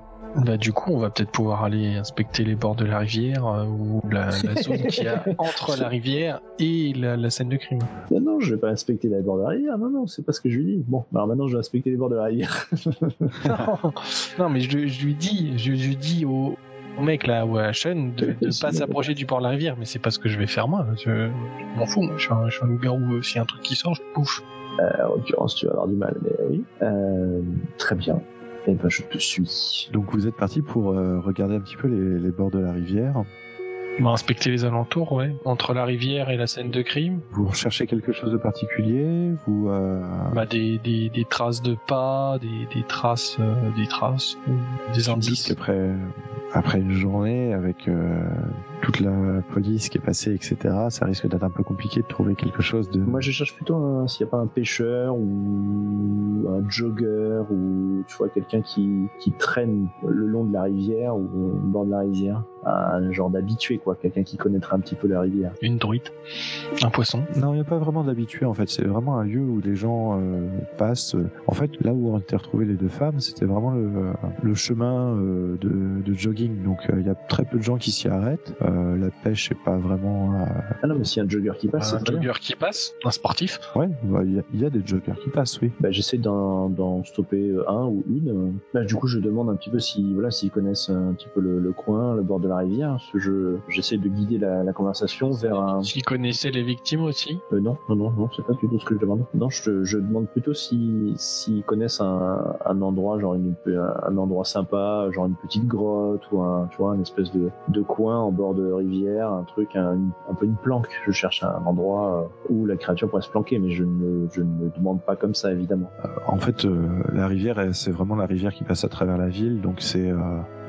S2: Bah du coup, on va peut-être pouvoir aller inspecter les bords de la rivière euh, ou la, la zone qu'il y a entre la rivière et la, la scène de crime.
S3: Non, non, je vais pas inspecter les bords de la rivière. Non, non, c'est pas ce que je lui dis. Bon, alors maintenant, je vais inspecter les bords de la rivière.
S2: non, mais je, je lui dis, je, je dis au, au mec là, ou à Sean, de, de pas s'approcher du bord de la rivière, mais c'est pas ce que je vais faire moi. Je, je m'en fous, moi, je suis un, je suis un loup-garou. euh, S'il y a un truc qui sort, je pouffe.
S3: Euh, en l'occurrence, tu vas avoir du mal, mais oui. Euh, très bien. Eh ben, je te suis.
S1: Donc vous êtes parti pour euh, regarder un petit peu les, les bords de la rivière.
S2: Bah, inspecter les alentours, ouais. Entre la rivière et la scène de crime,
S1: Vous recherchez quelque chose de particulier Vous... euh,
S2: bah, des, des, des traces de pas, des, des traces, euh, des traces, euh, des
S1: Je me doute
S2: indices.
S1: qu'après- après une journée avec euh, toute la police qui est passée, etc., ça risque d'être un peu compliqué de trouver quelque chose de.
S3: Moi, je cherche plutôt un- s'il n'y a pas un pêcheur ou un jogger ou tu vois quelqu'un qui, qui traîne le long de la rivière ou au bord de la rivière, un genre d'habitué quoi, quelqu'un qui connaîtra un petit peu la rivière.
S2: Une druide, un poisson.
S1: Non, il n'y a pas vraiment d'habitué en fait. C'est vraiment un lieu où les gens euh, passent. En fait, là où on était retrouvés les deux femmes, c'était vraiment le, le chemin euh, de, de jogging. Donc euh, il y a très peu de gens qui s'y arrêtent. Euh, la pêche n'est pas vraiment. euh,
S3: Ah non, mais s'il y a un jogger qui passe,
S2: un
S3: c'est très bien.
S2: Ah, jogger qui passe, un sportif.
S1: Ouais, bah, il y a- il y, a des joggers qui passent, oui.
S3: Bah, j'essaie d'en, d'en stopper euh, un ou une. Bah, du coup, je demande un petit peu si, voilà, s'ils connaissent un petit peu le, le coin, le bord de la rivière. Parce que je, j'essaie de guider la, la conversation vers un.
S2: S'il connaissait les victimes aussi.
S3: Euh, non, non, non, non, c'est pas du tout ce que je demande. Non, je, je demande plutôt si, s'ils connaissent un, un endroit, genre une, un endroit sympa, genre une petite grotte ou un, tu vois, une espèce de, de coin en bord de rivière, un truc, un, un peu une planque. Je cherche un endroit euh, où la créature pourrait se planquer, mais je ne, je ne demande pas comme ça, évidemment.
S1: En fait, euh, la rivière, elle, c'est vraiment la rivière qui passe à travers la ville, donc c'est, euh,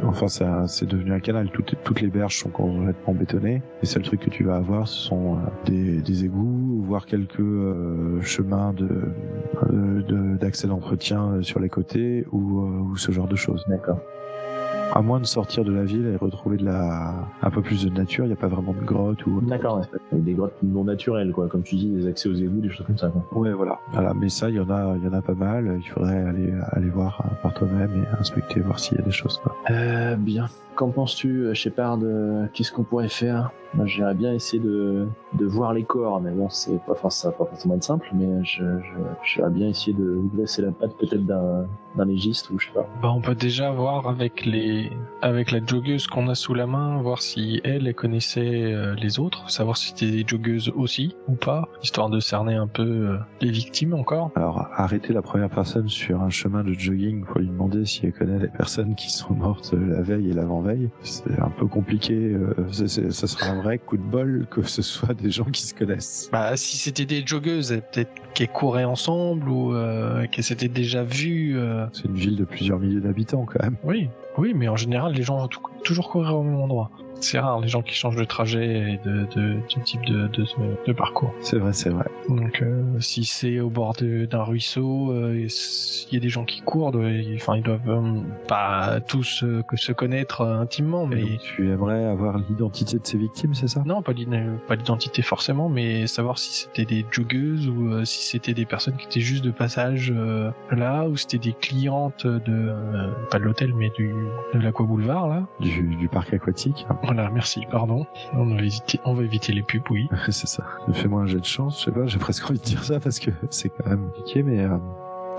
S1: enfin, ça- c'est devenu un canal. Toutes, toutes les berges sont complètement bétonnées. Les seuls trucs que tu vas avoir, ce sont euh, des, des égouts, voire quelques euh, chemins de, euh, de- d'accès d'entretien euh, sur les côtés ou, euh, ou ce genre de choses.
S3: D'accord.
S1: À moins de sortir de la ville et retrouver de la, un peu plus de nature, il n'y a pas vraiment de grotte ou.
S3: D'accord, ouais. Des grottes non naturelles, quoi. Comme tu dis, des accès aux égouts, des choses comme ça, quoi.
S1: Ouais, voilà. Voilà, mais ça, il y en a, il y en a pas mal. Il faudrait aller, aller voir euh, par toi-même et inspecter, voir s'il y a des choses. quoi.
S3: Euh, bien. Qu'en penses-tu, euh, Shepard euh, Qu'est-ce qu'on pourrait faire Moi, J'aimerais bien essayer de, de voir les corps, mais bon, c'est pas, forc- ça va pas forcément être simple, mais je, je- j'aimerais bien essayer de graisser la patte peut-être d'un, d'un légiste ou je sais pas.
S2: Bah, on peut déjà voir avec les, avec la joggeuse qu'on a sous la main, voir si elle, elle connaissait euh, les autres, savoir si c'était des joggeuses aussi ou pas, histoire de cerner un peu euh, les victimes encore.
S1: Alors, arrêter la première personne sur un chemin de jogging pour lui demander si elle connaît les personnes qui sont mortes la veille et l'avant-veille, c'est un peu compliqué. euh, c'est- c'est- ça sera un vrai coup de bol que ce soit des gens qui se connaissent.
S2: Bah, si c'était des joggeuses, euh, peut-être qu'elles couraient ensemble ou euh, qu'elles s'étaient déjà vues. euh.
S1: C'est une ville de plusieurs milliers d'habitants quand même.
S2: Oui, oui, mais en général, les gens vont tou- toujours courir au même endroit. C'est rare les gens qui changent de trajet et de, de, de type de, de, de parcours.
S1: C'est vrai, c'est vrai.
S2: Donc, euh, si c'est au bord de- d'un ruisseau, euh, et s'il y a des gens qui courent, doivent- ils- enfin, ils doivent euh, pas tous euh, que se connaître euh, intimement,
S1: Et
S2: mais
S1: donc, tu aimerais avoir l'identité de ces victimes, c'est ça
S2: non, pas l'ident- pas l'identité forcément, mais savoir si c'était des joggeuses ou euh, si c'était des personnes qui étaient juste de passage euh, là, ou c'était des clientes de euh, pas de l'hôtel, mais du de l'Aqua Boulevard là.
S1: du, du parc aquatique
S2: Voilà, merci, pardon. On va éviter, on va éviter les pubs, oui.
S1: C'est ça. Fais-moi un jet de chance, je sais pas, j'ai presque envie de dire ça parce que c'est quand même compliqué, mais euh,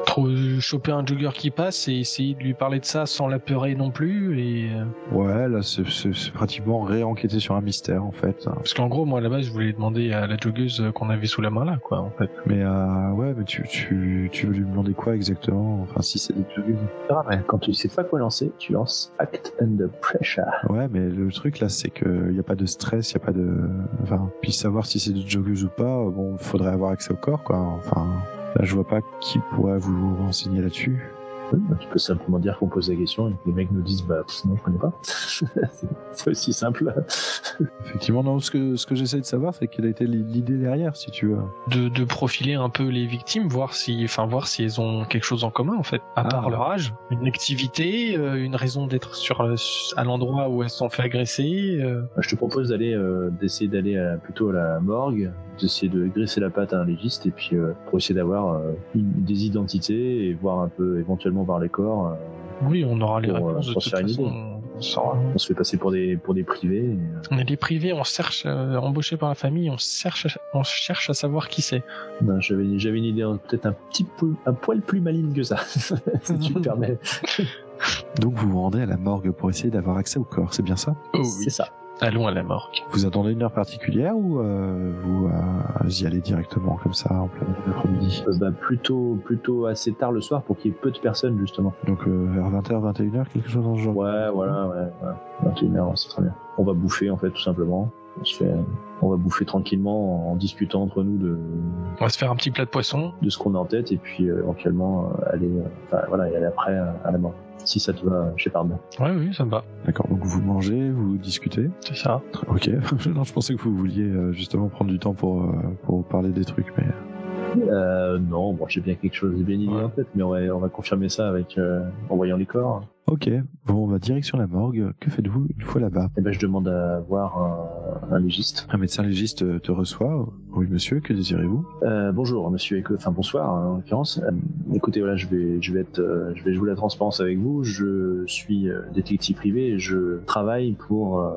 S2: Trop choper un jogger qui passe et essayer de lui parler de ça sans l'apeurer non plus. Et... euh,
S1: Ouais, là, c'est- c'est c'est pratiquement réenquêter sur un mystère, en fait.
S2: Parce qu'en gros, moi, à la base, je voulais demander à la joggeuse euh, qu'on avait sous la main là, quoi, en fait.
S1: Mais euh, ouais, mais tu, tu, tu veux lui demander quoi exactement Enfin, si c'est des plugins.
S3: Quand tu sais pas quoi lancer, tu lances Act Under Pressure.
S1: Ouais, mais le truc là, c'est qu'il n'y a pas de stress, il n'y a pas de. Enfin, puis savoir si c'est du joggeuse ou pas, bon, faudrait avoir accès au corps, quoi. Enfin, là, je vois pas qui pourrait vous renseigner là-dessus.
S3: Oui, bah, tu peux simplement dire qu'on pose la question et que les mecs nous disent bah pff, non, je connais pas. C'est- c'est aussi simple.
S1: Effectivement, non, ce que, ce que j'essaie de savoir, c'est quelle a été l'idée derrière, si tu veux.
S2: De, de profiler un peu les victimes, voir si, enfin, voir si elles ont quelque chose en commun, en fait. À
S1: Ah.
S2: part leur âge, une activité, euh, une raison d'être sur le- à l'endroit où elles se sont fait agresser. euh.
S3: Je te propose d'aller euh, d'essayer d'aller à- plutôt à la morgue, d'essayer de graisser la patte à un légiste et puis euh, pour essayer d'avoir euh, une- des identités et voir un peu éventuellement voir les corps. euh,
S2: Oui, on aura les
S3: Pour, euh,
S2: réponses de
S3: pour
S2: toute
S3: se faire une
S2: façon.
S3: idée.
S2: On, on saura.
S3: on se fait passer pour des pour des privés. et, euh,
S2: On est des privés, on cherche, euh, embauchés par la famille, on cherche, on cherche à savoir qui c'est.
S3: Non, j'avais j'avais une idée hein, peut-être un petit peu un poil plus maligne que ça, si tu me permets.
S1: Donc, vous vous rendez à la morgue pour essayer d'avoir accès au corps, c'est bien ça
S3: C'est ça.
S2: Allons à la morgue.
S1: Vous attendez une heure particulière ou euh, vous euh, y allez directement, comme ça, en plein après-midi
S3: Euh, bah, plutôt plutôt assez tard le soir pour qu'il y ait peu de personnes justement.
S1: Donc, euh, vers 20h, 21h, quelque chose dans ce genre
S3: Ouais, voilà, ouais, ouais. 21h, ouais, c'est très bien. On va bouffer en fait tout simplement. On se fait on va bouffer tranquillement en discutant entre nous de
S2: On va se faire un petit plat de poisson.
S3: de ce qu'on a en tête et puis euh, éventuellement euh, aller, euh, enfin, voilà, et aller après euh, à la mort. Si ça te va, Shepard.
S2: Ouais, oui, ça me va.
S1: D'accord, donc vous mangez, vous discutez.
S2: C'est ça.
S1: Ok, non, je pensais que vous vouliez euh, justement prendre du temps pour, euh, pour parler des trucs, mais
S3: Euh, non, bon, j'ai bien quelque chose, j'ai bien une idée
S2: Ouais.
S3: en tête, mais on va, on va confirmer ça avec euh, en voyant les corps.
S1: ok. Bon, on va direction la morgue. Que faites-vous une fois là-bas
S3: Et ben, je demande à voir un, un légiste.
S1: Un médecin légiste euh, te reçoit. Oui, monsieur, que désirez-vous
S3: Euh, bonjour, monsieur, éco- enfin bonsoir hein, en l'occurrence. Euh, écoutez, voilà, je vais, je vais être, euh, je vais jouer la transparence avec vous. Je suis euh, détective privé. et Je travaille pour euh,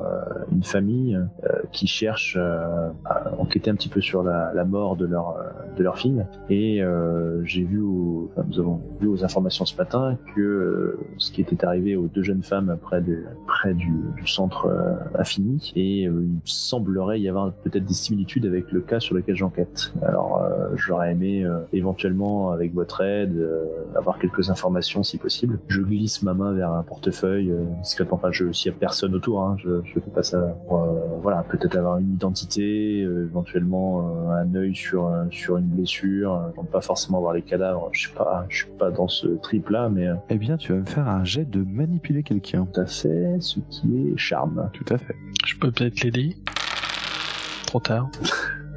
S3: une famille euh, qui cherche euh, à enquêter un petit peu sur la, la mort de leur, euh, de leur fille. Et euh, j'ai vu, au- enfin, nous avons vu aux informations ce matin que euh, ce qui était arrivé aux deux jeunes femmes près de, près du, du centre euh, infini. Et euh, il semblerait y avoir peut-être des similitudes avec le cas sur lequel j'enquête. Alors euh, j'aurais aimé euh, éventuellement avec votre aide euh, avoir quelques informations si possible. Je glisse ma main vers un portefeuille euh, discrètement. Enfin, je, s'il y a personne autour, hein, je, je fais pas ça. pour, euh, voilà, peut-être avoir une identité, euh, éventuellement euh, un œil sur euh, sur une blessure. euh, pas forcément voir les cadavres. Je suis pas, je suis pas dans ce trip là, mais euh,
S1: Eh bien, tu vas me faire un jet de manipuler quelqu'un.
S3: tout à fait ce qui est charme.
S1: Tout à fait.
S2: Je peux peut-être l'aider. Trop tard.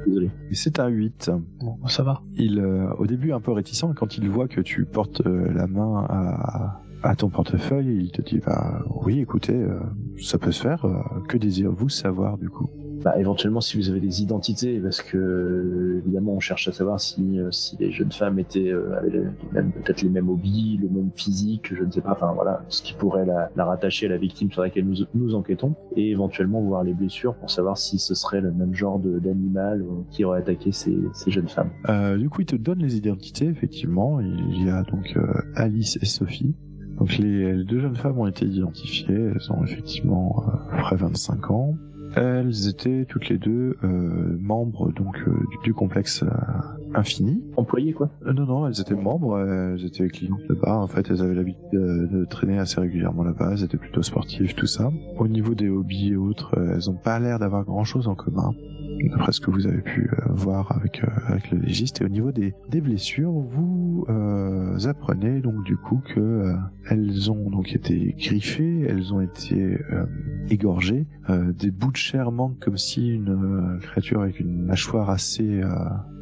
S3: Désolé.
S1: Et c'est un 8.
S2: Bon, bah, ça va.
S1: Il, euh, au début, un peu réticent, mais quand il voit que tu portes euh, la main à, à ton portefeuille, il te dit, bah oui, écoutez, euh, ça peut se faire. euh, que désirez-vous savoir, du coup
S3: Bah, éventuellement, si vous avez des identités, parce que euh, évidemment, on cherche à savoir si, euh, si les jeunes femmes étaient euh, avaient le- les mêmes- peut-être les mêmes hobbies, le même physique, je ne sais pas. Enfin voilà, ce qui pourrait la, la rattacher à la victime sur laquelle nous, nous enquêtons, et éventuellement voir les blessures pour savoir si ce serait le même genre de- d'animal euh, qui aurait attaqué ces, ces jeunes femmes.
S1: Euh, du coup, il te donne les identités, effectivement. Il y a donc euh, Alice et Sophie. Donc les, les deux jeunes femmes ont été identifiées. Elles ont effectivement euh, à peu près 25 ans. Elles étaient toutes les deux euh, membres donc euh, du, du complexe euh, infini.
S3: Employés quoi
S1: Euh, non, non, elles étaient membres, elles étaient clientes là-bas. En fait, elles avaient l'habitude de, de traîner assez régulièrement là-bas. Elles étaient plutôt sportives, tout ça. Au niveau des hobbies et autres, euh, elles ont pas l'air d'avoir grand-chose en commun, d'après ce que vous avez pu euh, voir avec, euh, avec le légiste. Et au niveau des, des blessures, vous euh, apprenez donc du coup que euh, elles ont donc été griffées, elles ont été euh, égorgées. Euh, des bouts de chair manquent comme si une euh, créature avec une mâchoire assez euh,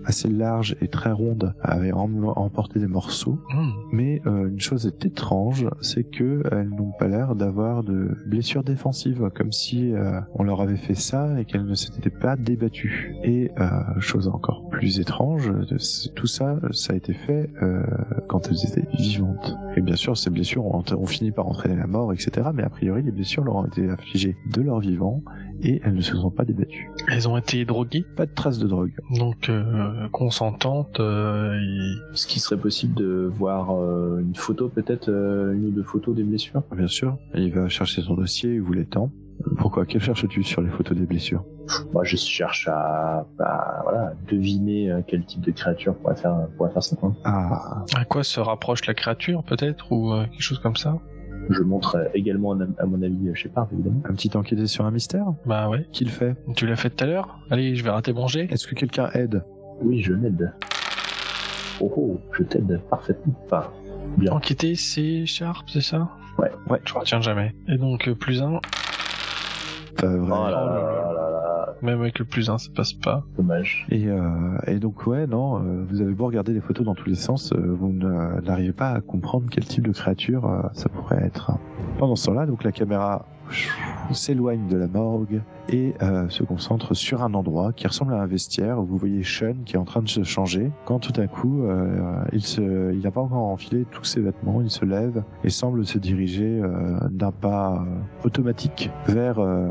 S1: assez large et très ronde avait em- emporté des morceaux.
S2: Hmm.
S1: Mais euh, une chose est étrange, c'est que elles n'ont pas l'air d'avoir de blessures défensives, comme si euh, on leur avait fait ça et qu'elles ne s'étaient pas débattues. Et euh, chose encore plus étrange, euh, c'est- tout ça, ça a été fait euh, quand elles étaient vivantes. Et bien sûr, ces blessures ont, ont fini par entraîner la mort, etc. Mais a priori, les blessures leur ont été affligées de leur vivant et elles ne se sont pas débattues.
S2: Elles ont été droguées,
S1: Pas de traces de drogue.
S2: donc euh, consentantes. euh, et-
S3: Est-ce qu'il serait possible de voir euh, une photo, peut-être euh, une ou deux photos des blessures
S1: Ah, Bien sûr, il va chercher son dossier, il vous l'étend. Pourquoi Que cherches-tu sur les photos des blessures
S3: Moi, je cherche à bah, voilà, deviner euh, quel type de créature pourrait faire, pourrait faire ça. quoi.
S1: Ah,
S2: À quoi se rapproche la créature, peut-être, ou euh, quelque chose comme ça
S3: Je montre euh, également, à à mon avis, je sais pas, évidemment.
S1: un petit enquêté sur un mystère
S2: Bah ouais.
S1: Qui le fait
S2: Tu l'as fait tout à l'heure Allez, je vais rater manger.
S1: Est-ce que quelqu'un aide
S3: Oui, je l'aide. Oh, oh, je t'aide parfaitement. Enfin, bien.
S2: Enquêter, c'est Sharp, c'est ça
S3: Ouais.
S1: Ouais.
S2: Je retiens jamais. Et donc, euh, plus un,
S1: Pas
S3: Oh
S1: vrai.
S3: là là là là,
S2: même avec le plus un, ça passe pas.
S3: dommage.
S1: Et, euh, et donc ouais, non, euh, vous avez beau regarder les photos dans tous les sens, euh, vous ne- n'arrivez pas à comprendre quel type de créature euh, ça pourrait être. Pendant ce temps-là, donc la caméra s'éloigne de la morgue et euh, se concentre sur un endroit qui ressemble à un vestiaire où vous voyez Sean qui est en train de se changer quand tout à coup euh, il se il n'a pas encore enfilé tous ses vêtements il se lève et semble se diriger euh, d'un pas euh, automatique vers euh,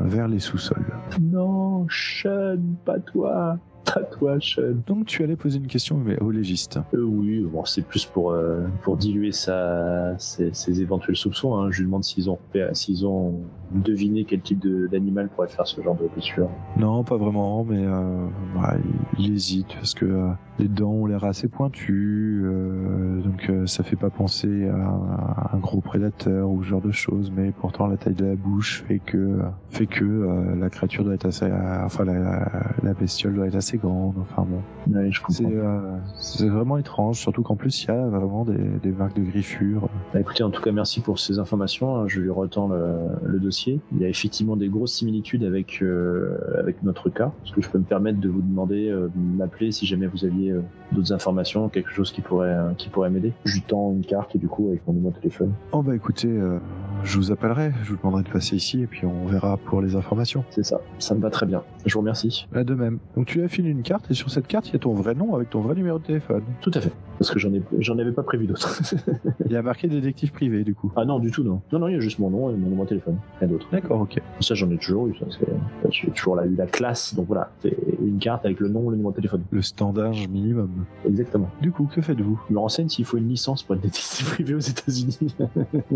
S1: vers les sous-sols
S3: Non, Sean, pas toi. Pas toi, Sean.
S1: donc tu allais poser une question mais au légiste
S3: Euh, oui, bon, c'est plus pour, euh, pour diluer sa, ses, ses éventuels soupçons. Hein. Je lui demande s'ils ont, repéré- s'ils ont deviné quel type de- d'animal pourrait faire ce genre de blessure.
S1: Non, pas vraiment, mais euh, bah, il, il hésite parce que euh, les dents ont l'air assez pointues, euh, donc euh, ça fait pas penser à, un- à un gros prédateur ou ce genre de choses. Mais pourtant, la taille de la bouche fait que euh, fait que euh, la créature doit être assez, euh, enfin la- la, la bestiole doit être assez grande. Enfin bon,
S3: Ouais, je
S1: c'est
S3: comprends.
S1: euh, c'est vraiment étrange, surtout qu'en plus il y a vraiment des, des marques de griffures.
S3: Bah, écoutez, en tout cas, merci pour ces informations. hein. Je lui retends le, le dossier. Il y a effectivement des grosses similitudes avec, euh, avec notre cas. Est-ce que je peux me permettre de vous demander, euh, de m'appeler si jamais vous aviez euh, d'autres informations, quelque chose qui pourrait, euh, qui pourrait m'aider Je lui tends une carte, du coup, avec mon numéro de téléphone.
S1: Oh bah écoutez, euh, je vous appellerai, je vous demanderai de passer ici et puis on verra pour les informations.
S3: C'est ça. Ça me va très bien. Je vous remercie.
S1: Bah, de même. Donc tu lui as filé une carte et sur cette carte il y a ton vrai nom avec ton vrai numéro de téléphone.
S3: Tout à fait. Parce que j'en ai, j'en avais pas prévu d'autres.
S1: Il y a marqué détective privé du coup.
S3: Ah non, du tout, non. Non, non, il y a juste mon nom et mon numéro de téléphone. Rien d'autre.
S1: D'accord, ok.
S3: Ça, j'en ai toujours eu. ça, c'est- J'ai toujours là, eu la classe. Donc voilà, c'est une carte avec le nom, le numéro de téléphone.
S1: Le standard minimum.
S3: Exactement.
S1: Du coup, que faites-vous
S3: Je me renseigne s'il faut une licence pour être détective privé aux États-Unis.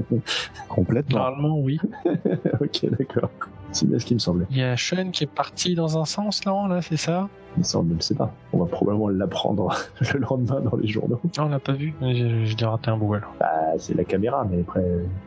S1: Complètement.
S2: Normalement, oui.
S3: ok, d'accord. C'est bien ce qui me semblait.
S2: Il y a Sean qui est parti dans un sens, là, là c'est ça
S3: Il me semble, je ne sais pas. On va probablement l'apprendre le lendemain dans les journaux.
S2: Ah, On l'a pas vu. J'ai j'ai dû rater un bout, alors.
S3: Bah, c'est la caméra, mais après,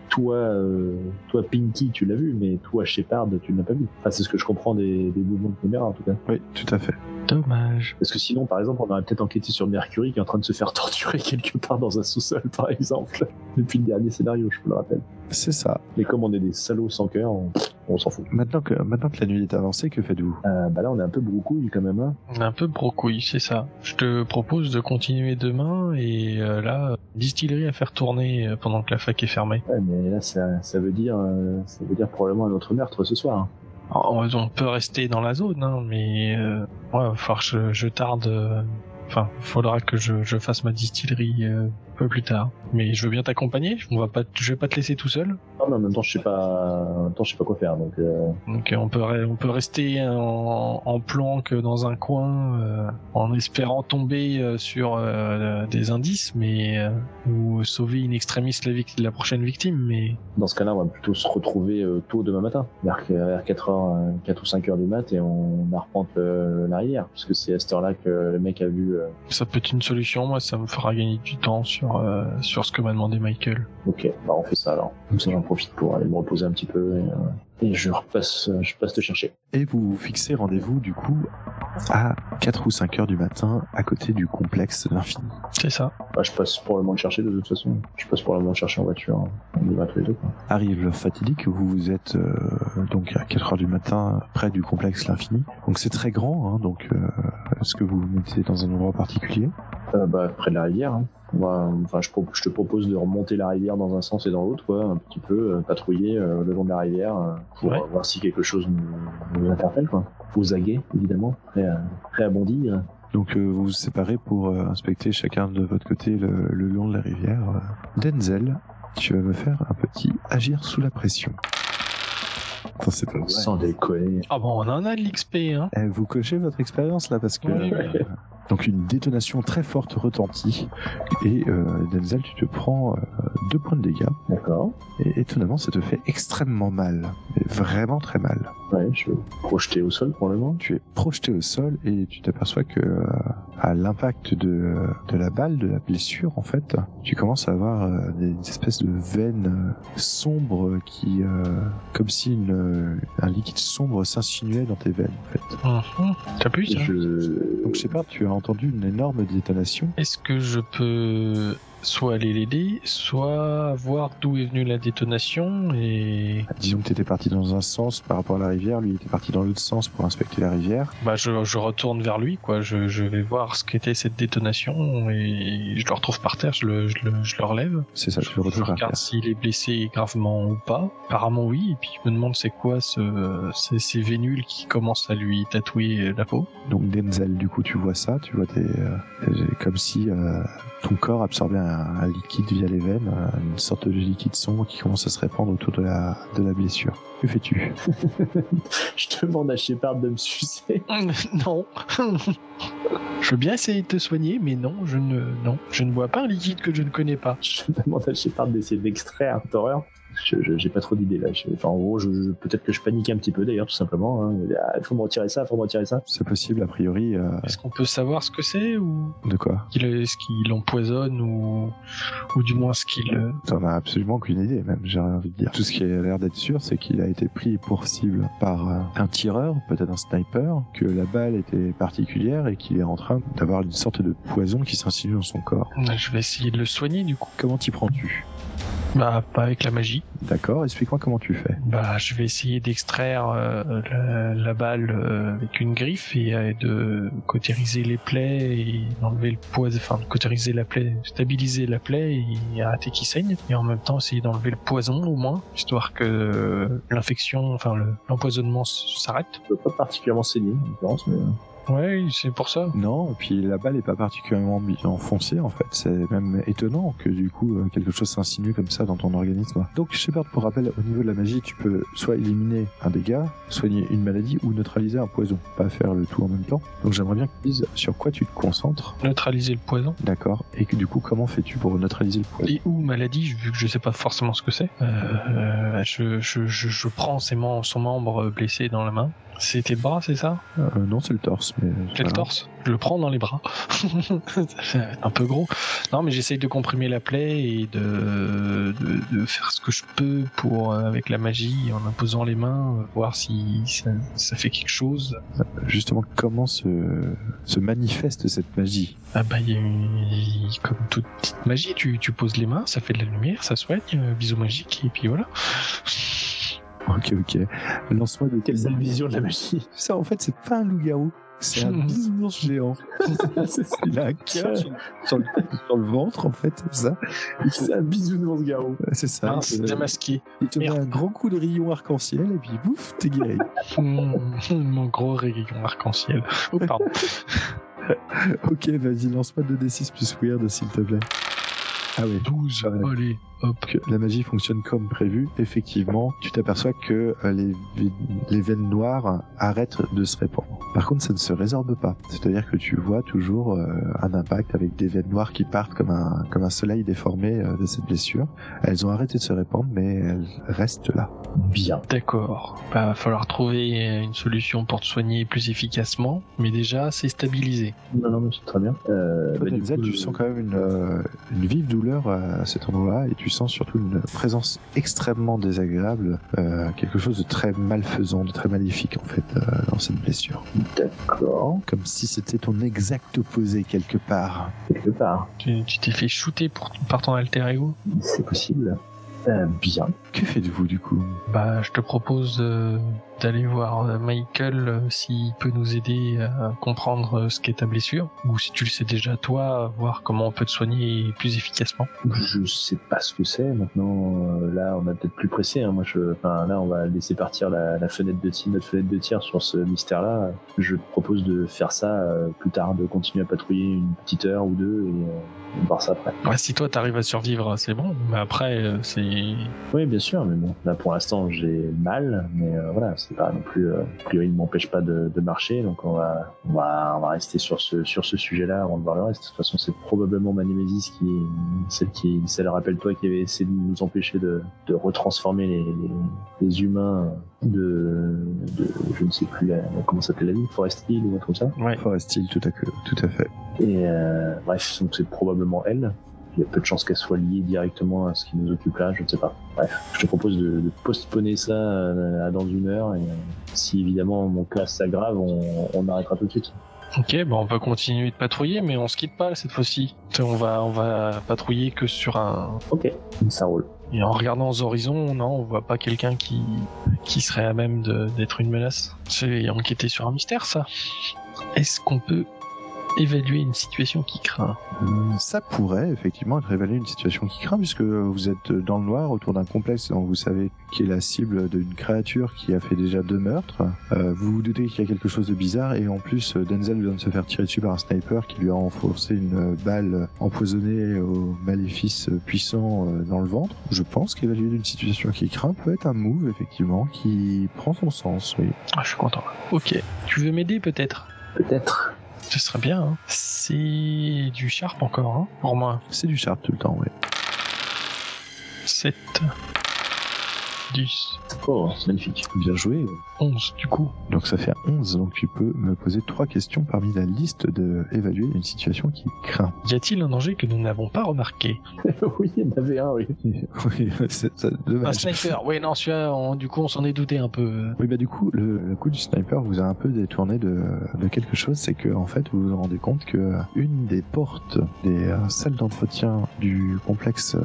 S3: toi, euh, toi Pinky, tu l'as vu, mais toi Shepard, tu ne l'as pas vu. Enfin, c'est ce que je comprends des, des mouvements de caméra, en tout cas.
S1: Oui, tout à fait.
S2: Dommage.
S3: Parce que sinon, par exemple, on aurait peut-être enquêté sur Mercury qui est en train de se faire torturer quelque part dans un sous-sol, par exemple. Depuis le dernier scénario, je vous le rappelle.
S1: C'est ça.
S3: Mais comme on est des salauds sans cœur, on, on s'en fout.
S1: Maintenant que, maintenant que la nuit est avancée, que faites-vous
S3: Euh, bah là, on est un peu broucouille quand même. Hein.
S2: On est un peu brocouille, c'est ça. Je te propose de continuer demain et euh, là, euh, distillerie à faire tourner euh, pendant que la fac est fermée.
S3: Ouais, mais là, ça, ça veut dire, euh, ça veut dire probablement un autre meurtre ce soir. hein.
S2: On on peut rester dans la zone, hein, mais euh, ouais, va falloir que je, je tarde. euh, Enfin, faudra que je, je fasse ma distillerie euh, un peu plus tard. Mais je veux bien t'accompagner. On va pas, je vais pas te laisser tout seul.
S3: Non, Ah, mais en même temps, je sais pas, en même temps, je sais pas quoi faire. Donc, euh,
S2: Donc euh, on peut re- on peut rester en, en planque dans un coin euh, en espérant tomber euh, sur euh, des indices, mais euh, ou sauver in extremis la, vic- la prochaine victime. Mais
S3: dans ce cas-là, on va plutôt se retrouver euh, tôt demain matin, vers, vers 4 heures, euh, 4 ou 5 heures du mat, et on arpente euh, la rivière, parce que c'est à cette heure-là que le mec a vu. euh,
S2: ça peut être une solution. Moi, ça me fera gagner du temps sur euh, sur ce que m'a demandé Michael.
S3: Ok, bah on fait ça alors. Comme ça, j'en profite pour aller me reposer un petit peu et, euh, et je repasse, euh, je passe te chercher.
S1: Et vous vous fixez rendez-vous du coup à 4 ou 5 heures du matin à côté du complexe de l'infini.
S2: C'est ça.
S3: Bah, je passe pour le moment le chercher de toute façon. Je passe pour le moment le chercher en voiture. hein. On y va tous les deux. Quoi.
S1: Arrive l'heure fatidique, vous vous êtes euh, donc à 4 heures du matin près du complexe l'infini. Donc c'est très grand, hein, donc euh, est-ce que vous vous mettez dans un endroit particulier
S3: Euh, bah, près de la rivière. Hein. On va- enfin, je, pro- je te propose de remonter la rivière dans un sens et dans l'autre, quoi, un petit peu euh, patrouiller euh, le long de la rivière euh, pour
S2: Ouais.
S3: euh, voir si quelque chose nous, nous interpelle, quoi. Aux aguets, évidemment, prêt à, prêt à bondir.
S1: Donc euh, vous vous séparez pour euh, inspecter chacun de votre côté le, le long de la rivière. Euh, Denzel, tu vas me faire un petit agir sous la pression. Attends, c'est pas vrai.
S3: Sans déconner.
S2: Ah bon, on en a de l'XP, hein.
S1: Eh, vous cochez votre expérience là parce que. euh,
S2: Oui,
S3: oui.
S1: Donc une détonation très forte retentit et euh, Denzel, tu te prends euh, deux points de dégâts
S3: D'accord.
S1: et étonnamment ça te fait extrêmement mal, Mais vraiment très mal.
S3: Ouais, je vais projeter au sol pour le moment.
S1: Tu es projeté au sol et tu t'aperçois que euh, à l'impact de, de la balle, de la blessure en fait, tu commences à avoir euh, des, des espèces de veines euh, sombres qui, euh, comme si une, euh, un liquide sombre s'insinuait dans tes veines en fait.
S2: Mhm. T'as plus, ça
S3: Je...
S1: Donc je sais pas, tu as entendu une énorme détonation.
S2: Est-ce que je peux soit aller l'aider, soit voir d'où est venue la détonation et
S1: Disons que tu étais parti dans un sens par rapport à la rivière, lui il était parti dans l'autre sens pour inspecter la rivière.
S2: bah je, je retourne vers lui quoi. Je, je vais voir ce qu'était cette détonation et je le retrouve par terre, je le, je le, je le relève.
S1: C'est ça, tu
S2: Je
S1: le retrouves à la
S2: regarde s'il est blessé gravement ou pas. Apparemment oui. Et puis je me demande c'est quoi ce, ces, ces vénules qui commencent à lui tatouer la peau.
S1: rivière. Donc Denzel, du coup tu vois ça, tu vois tes, euh, tes- comme si euh, ton corps absorbait un, un liquide via les veines, euh, une sorte de liquide sombre qui commence à se répandre autour de la, de la blessure. Que fais-tu
S3: je demande à Shepard de me sucer.
S2: non. je veux bien essayer de te soigner, mais non, je ne non, je ne bois pas un liquide que je ne connais pas.
S3: Je demande à Shepard d'essayer d'extraire d'horreur. Je, je- j'ai pas trop d'idées là. Je- enfin, en gros, je, je- peut-être que je panique un petit peu d'ailleurs, tout simplement. hein. Ah, faut me retirer ça, faut me retirer ça.
S1: C'est possible a priori euh,
S2: Est-ce qu'on peut savoir ce que c'est ou
S1: de quoi
S2: qu'il- est-ce qu'il empoisonne ou ou du moins ce qu'il euh,
S1: T'en as absolument aucune idée même, j'ai envie de dire. Tout ce qui a l'air d'être sûr, c'est qu'il a été pris pour cible par euh, un tireur, peut-être un sniper, que la balle était particulière et qu'il est en train d'avoir une sorte de poison qui s'insinue dans son corps.
S2: je vais essayer de le soigner du coup.
S1: Comment t'y prends-tu
S2: Bah pas avec la magie.
S1: D'accord, explique-moi comment tu fais.
S2: Bah je vais essayer d'extraire euh, la, la balle euh, avec une griffe et euh, de cautériser les plaies et d'enlever le poison enfin de cautériser la plaie, stabiliser la plaie et arrêter qu'il saigne et en même temps essayer d'enlever le poison au moins histoire que euh, l'infection enfin le- l'empoisonnement s- s'arrête.
S3: Je peux pas particulièrement saigner, en l'occurrence, mais.
S2: Ouais, c'est pour ça.
S1: Non, et puis la balle n'est pas particulièrement bi- enfoncée en fait. C'est même étonnant que du coup euh, quelque chose s'insinue comme ça dans ton organisme. Donc Shepard, pour rappel, au niveau de la magie, tu peux soit éliminer un dégât, soigner une maladie ou neutraliser un poison. Pas faire le tout en même temps. Donc j'aimerais bien que tu dises sur quoi tu te concentres,
S2: Neutraliser le poison.
S1: d'accord Et que du coup, comment fais-tu pour neutraliser le poison
S2: et ou maladie, vu que je sais pas forcément ce que c'est. Euh, je, je, je, je prends ses mem- son membre euh, blessé dans la main. C'était le bras, c'est ça
S1: Euh, Non, c'est le torse. Mais
S2: C'est le torse Je le prends dans les bras. C'est un peu gros. Non, mais j'essaye de comprimer la plaie et de, de, de faire ce que je peux pour, euh, avec la magie, en imposant les mains, euh, voir si ça, ça fait quelque chose.
S1: Justement, comment se, se manifeste cette magie
S2: Ah bah, il y a une- comme toute petite magie, tu, tu poses les mains, ça fait de la lumière, ça soigne, euh, bisous magique, et puis voilà.
S1: Ok, ok. Lance-moi de
S3: Quelle belle vision de la magie
S1: Ça, en fait, c'est pas un loup-garou, c'est un bisounours géant.
S3: C'est ça.
S1: Il a un cœur sur, sur le, sur le ventre, en fait, c'est ça.
S3: C'est un bisounours garou.
S1: Ah, C'est ça.
S2: Hein,
S1: Il
S2: c'est
S1: te-
S2: démasqué.
S1: il te met
S2: Merde.
S1: un grand coup de rayon arc-en-ciel et puis bouf, t'es guéri.
S2: Hum, Mon gros rayon arc-en-ciel. Oh, pardon.
S1: ok, vas-y, lance-moi 2d6 plus weird, s'il te plaît. Ah oui.
S2: 12,
S1: Ouais.
S2: allez, hop.
S1: que la magie fonctionne comme prévu, effectivement, tu t'aperçois que euh, les, vi- les veines noires arrêtent de se répandre. Par contre, ça ne se résorbe pas. C'est-à-dire que tu vois toujours euh, un impact avec des veines noires qui partent comme un, comme un soleil déformé euh, de cette blessure. Elles ont arrêté de se répandre, mais elles restent là.
S3: Bien.
S2: D'accord. Bah, va falloir trouver euh, une solution pour te soigner plus efficacement, mais déjà, c'est stabilisé.
S3: Non, non, mais c'est très bien. Euh,
S1: Toi,
S3: bah, du
S1: Denzel,
S3: coup,
S1: tu
S3: je-
S1: sens quand même une, euh, une vive douleur à cet endroit-là et tu sens surtout une présence extrêmement désagréable, euh, quelque chose de très malfaisant, de très maléfique en fait euh, dans cette blessure.
S3: D'accord.
S1: comme si c'était ton exact opposé quelque part.
S3: Quelque part.
S2: Tu tu t'es fait shooter pour, par ton alter ego
S3: C'est possible. Euh, bien.
S1: Que faites-vous du coup
S2: Bah, je te propose euh, d'aller voir euh, Michael euh, s'il peut nous aider à comprendre euh, ce qu'est ta blessure, ou si tu le sais déjà toi, euh, voir comment on peut te soigner plus efficacement.
S3: Je sais pas ce que c'est maintenant. euh, là, on a peut-être plus pressé. hein. Moi, je, enfin, là, on va laisser partir la, la fenêtre de tir, notre fenêtre de tir sur ce mystère-là. Je te propose de faire ça euh, plus tard, de continuer à patrouiller une petite heure ou deux et euh, on voir ça après.
S2: Ouais, Bah, si toi t'arrives à survivre, euh, c'est bon, mais après euh, c'est
S3: Oui, bien sûr, mais bon, là pour l'instant j'ai mal, mais euh, voilà, c'est pas non plus. Euh, a priori, il ne m'empêche pas de, de marcher, donc on va, on va, on va rester sur ce, sur ce sujet-là avant de voir le reste. De toute façon, c'est probablement ma némésis qui, celle qui, celle rappelle-toi qui avait essayé de nous empêcher de, de retransformer les, les, les humains de, de, je ne sais plus la- comment s'appelle la ville, Forest Hill ou un truc comme ça.
S2: ouais.
S1: Forest Hill, tout à, que- tout à fait.
S3: Et euh, bref, donc c'est probablement elle. Il y a peu de chances qu'elle soit liée directement à ce qui nous occupe là, je ne sais pas. Bref, je te propose de, de postponer ça euh, à dans une heure et euh, si évidemment mon cas s'aggrave, on, on arrêtera tout de suite.
S2: Ok, bah on va continuer de patrouiller, mais on se quitte pas cette fois-ci. On va on va patrouiller que sur un
S3: Ok, ça roule.
S2: et en regardant aux horizons, non, on voit pas quelqu'un qui qui serait à même de- d'être une menace. C'est enquêter sur un mystère, ça. Est-ce qu'on peut évaluer une situation qui craint
S1: Euh, Ça pourrait effectivement être évalué une situation qui craint, puisque vous êtes dans le noir autour d'un complexe dont vous savez qui est la cible d'une créature qui a fait déjà deux meurtres. Euh, vous vous doutez qu'il y a quelque chose de bizarre, et en plus, euh, Denzel vient de se faire tirer dessus par un sniper qui lui a enfoncé une euh, balle empoisonnée au maléfice euh, puissant euh, dans le ventre. Je pense qu'évaluer une situation qui craint peut être un move, effectivement, qui prend son sens, oui.
S2: Ah, je suis content. Ok, tu veux m'aider peut-être
S3: Peut-être.
S2: Ce serait bien. Hein. C'est du sharp encore hein, pour moi.
S1: C'est du sharp tout le temps, oui.
S2: 7 10
S3: Oh, c'est magnifique.
S1: Bien joué.
S2: 11 du coup.
S1: Donc ça fait 11, donc tu peux me poser trois questions parmi la liste de évaluer une situation qui craint.
S2: Y a-t-il un danger que nous n'avons pas remarqué
S3: oui, il y en avait un, oui.
S1: oui, c'est ça,
S2: Un
S1: dommage.
S2: sniper, oui, non, celui-là, on- du coup, on s'en est douté un peu.
S1: Oui, bah du coup, le, le coup du sniper vous a un peu détourné de, de quelque chose, c'est que en fait, vous vous rendez compte que euh, une des portes des euh, salles d'entretien du complexe euh,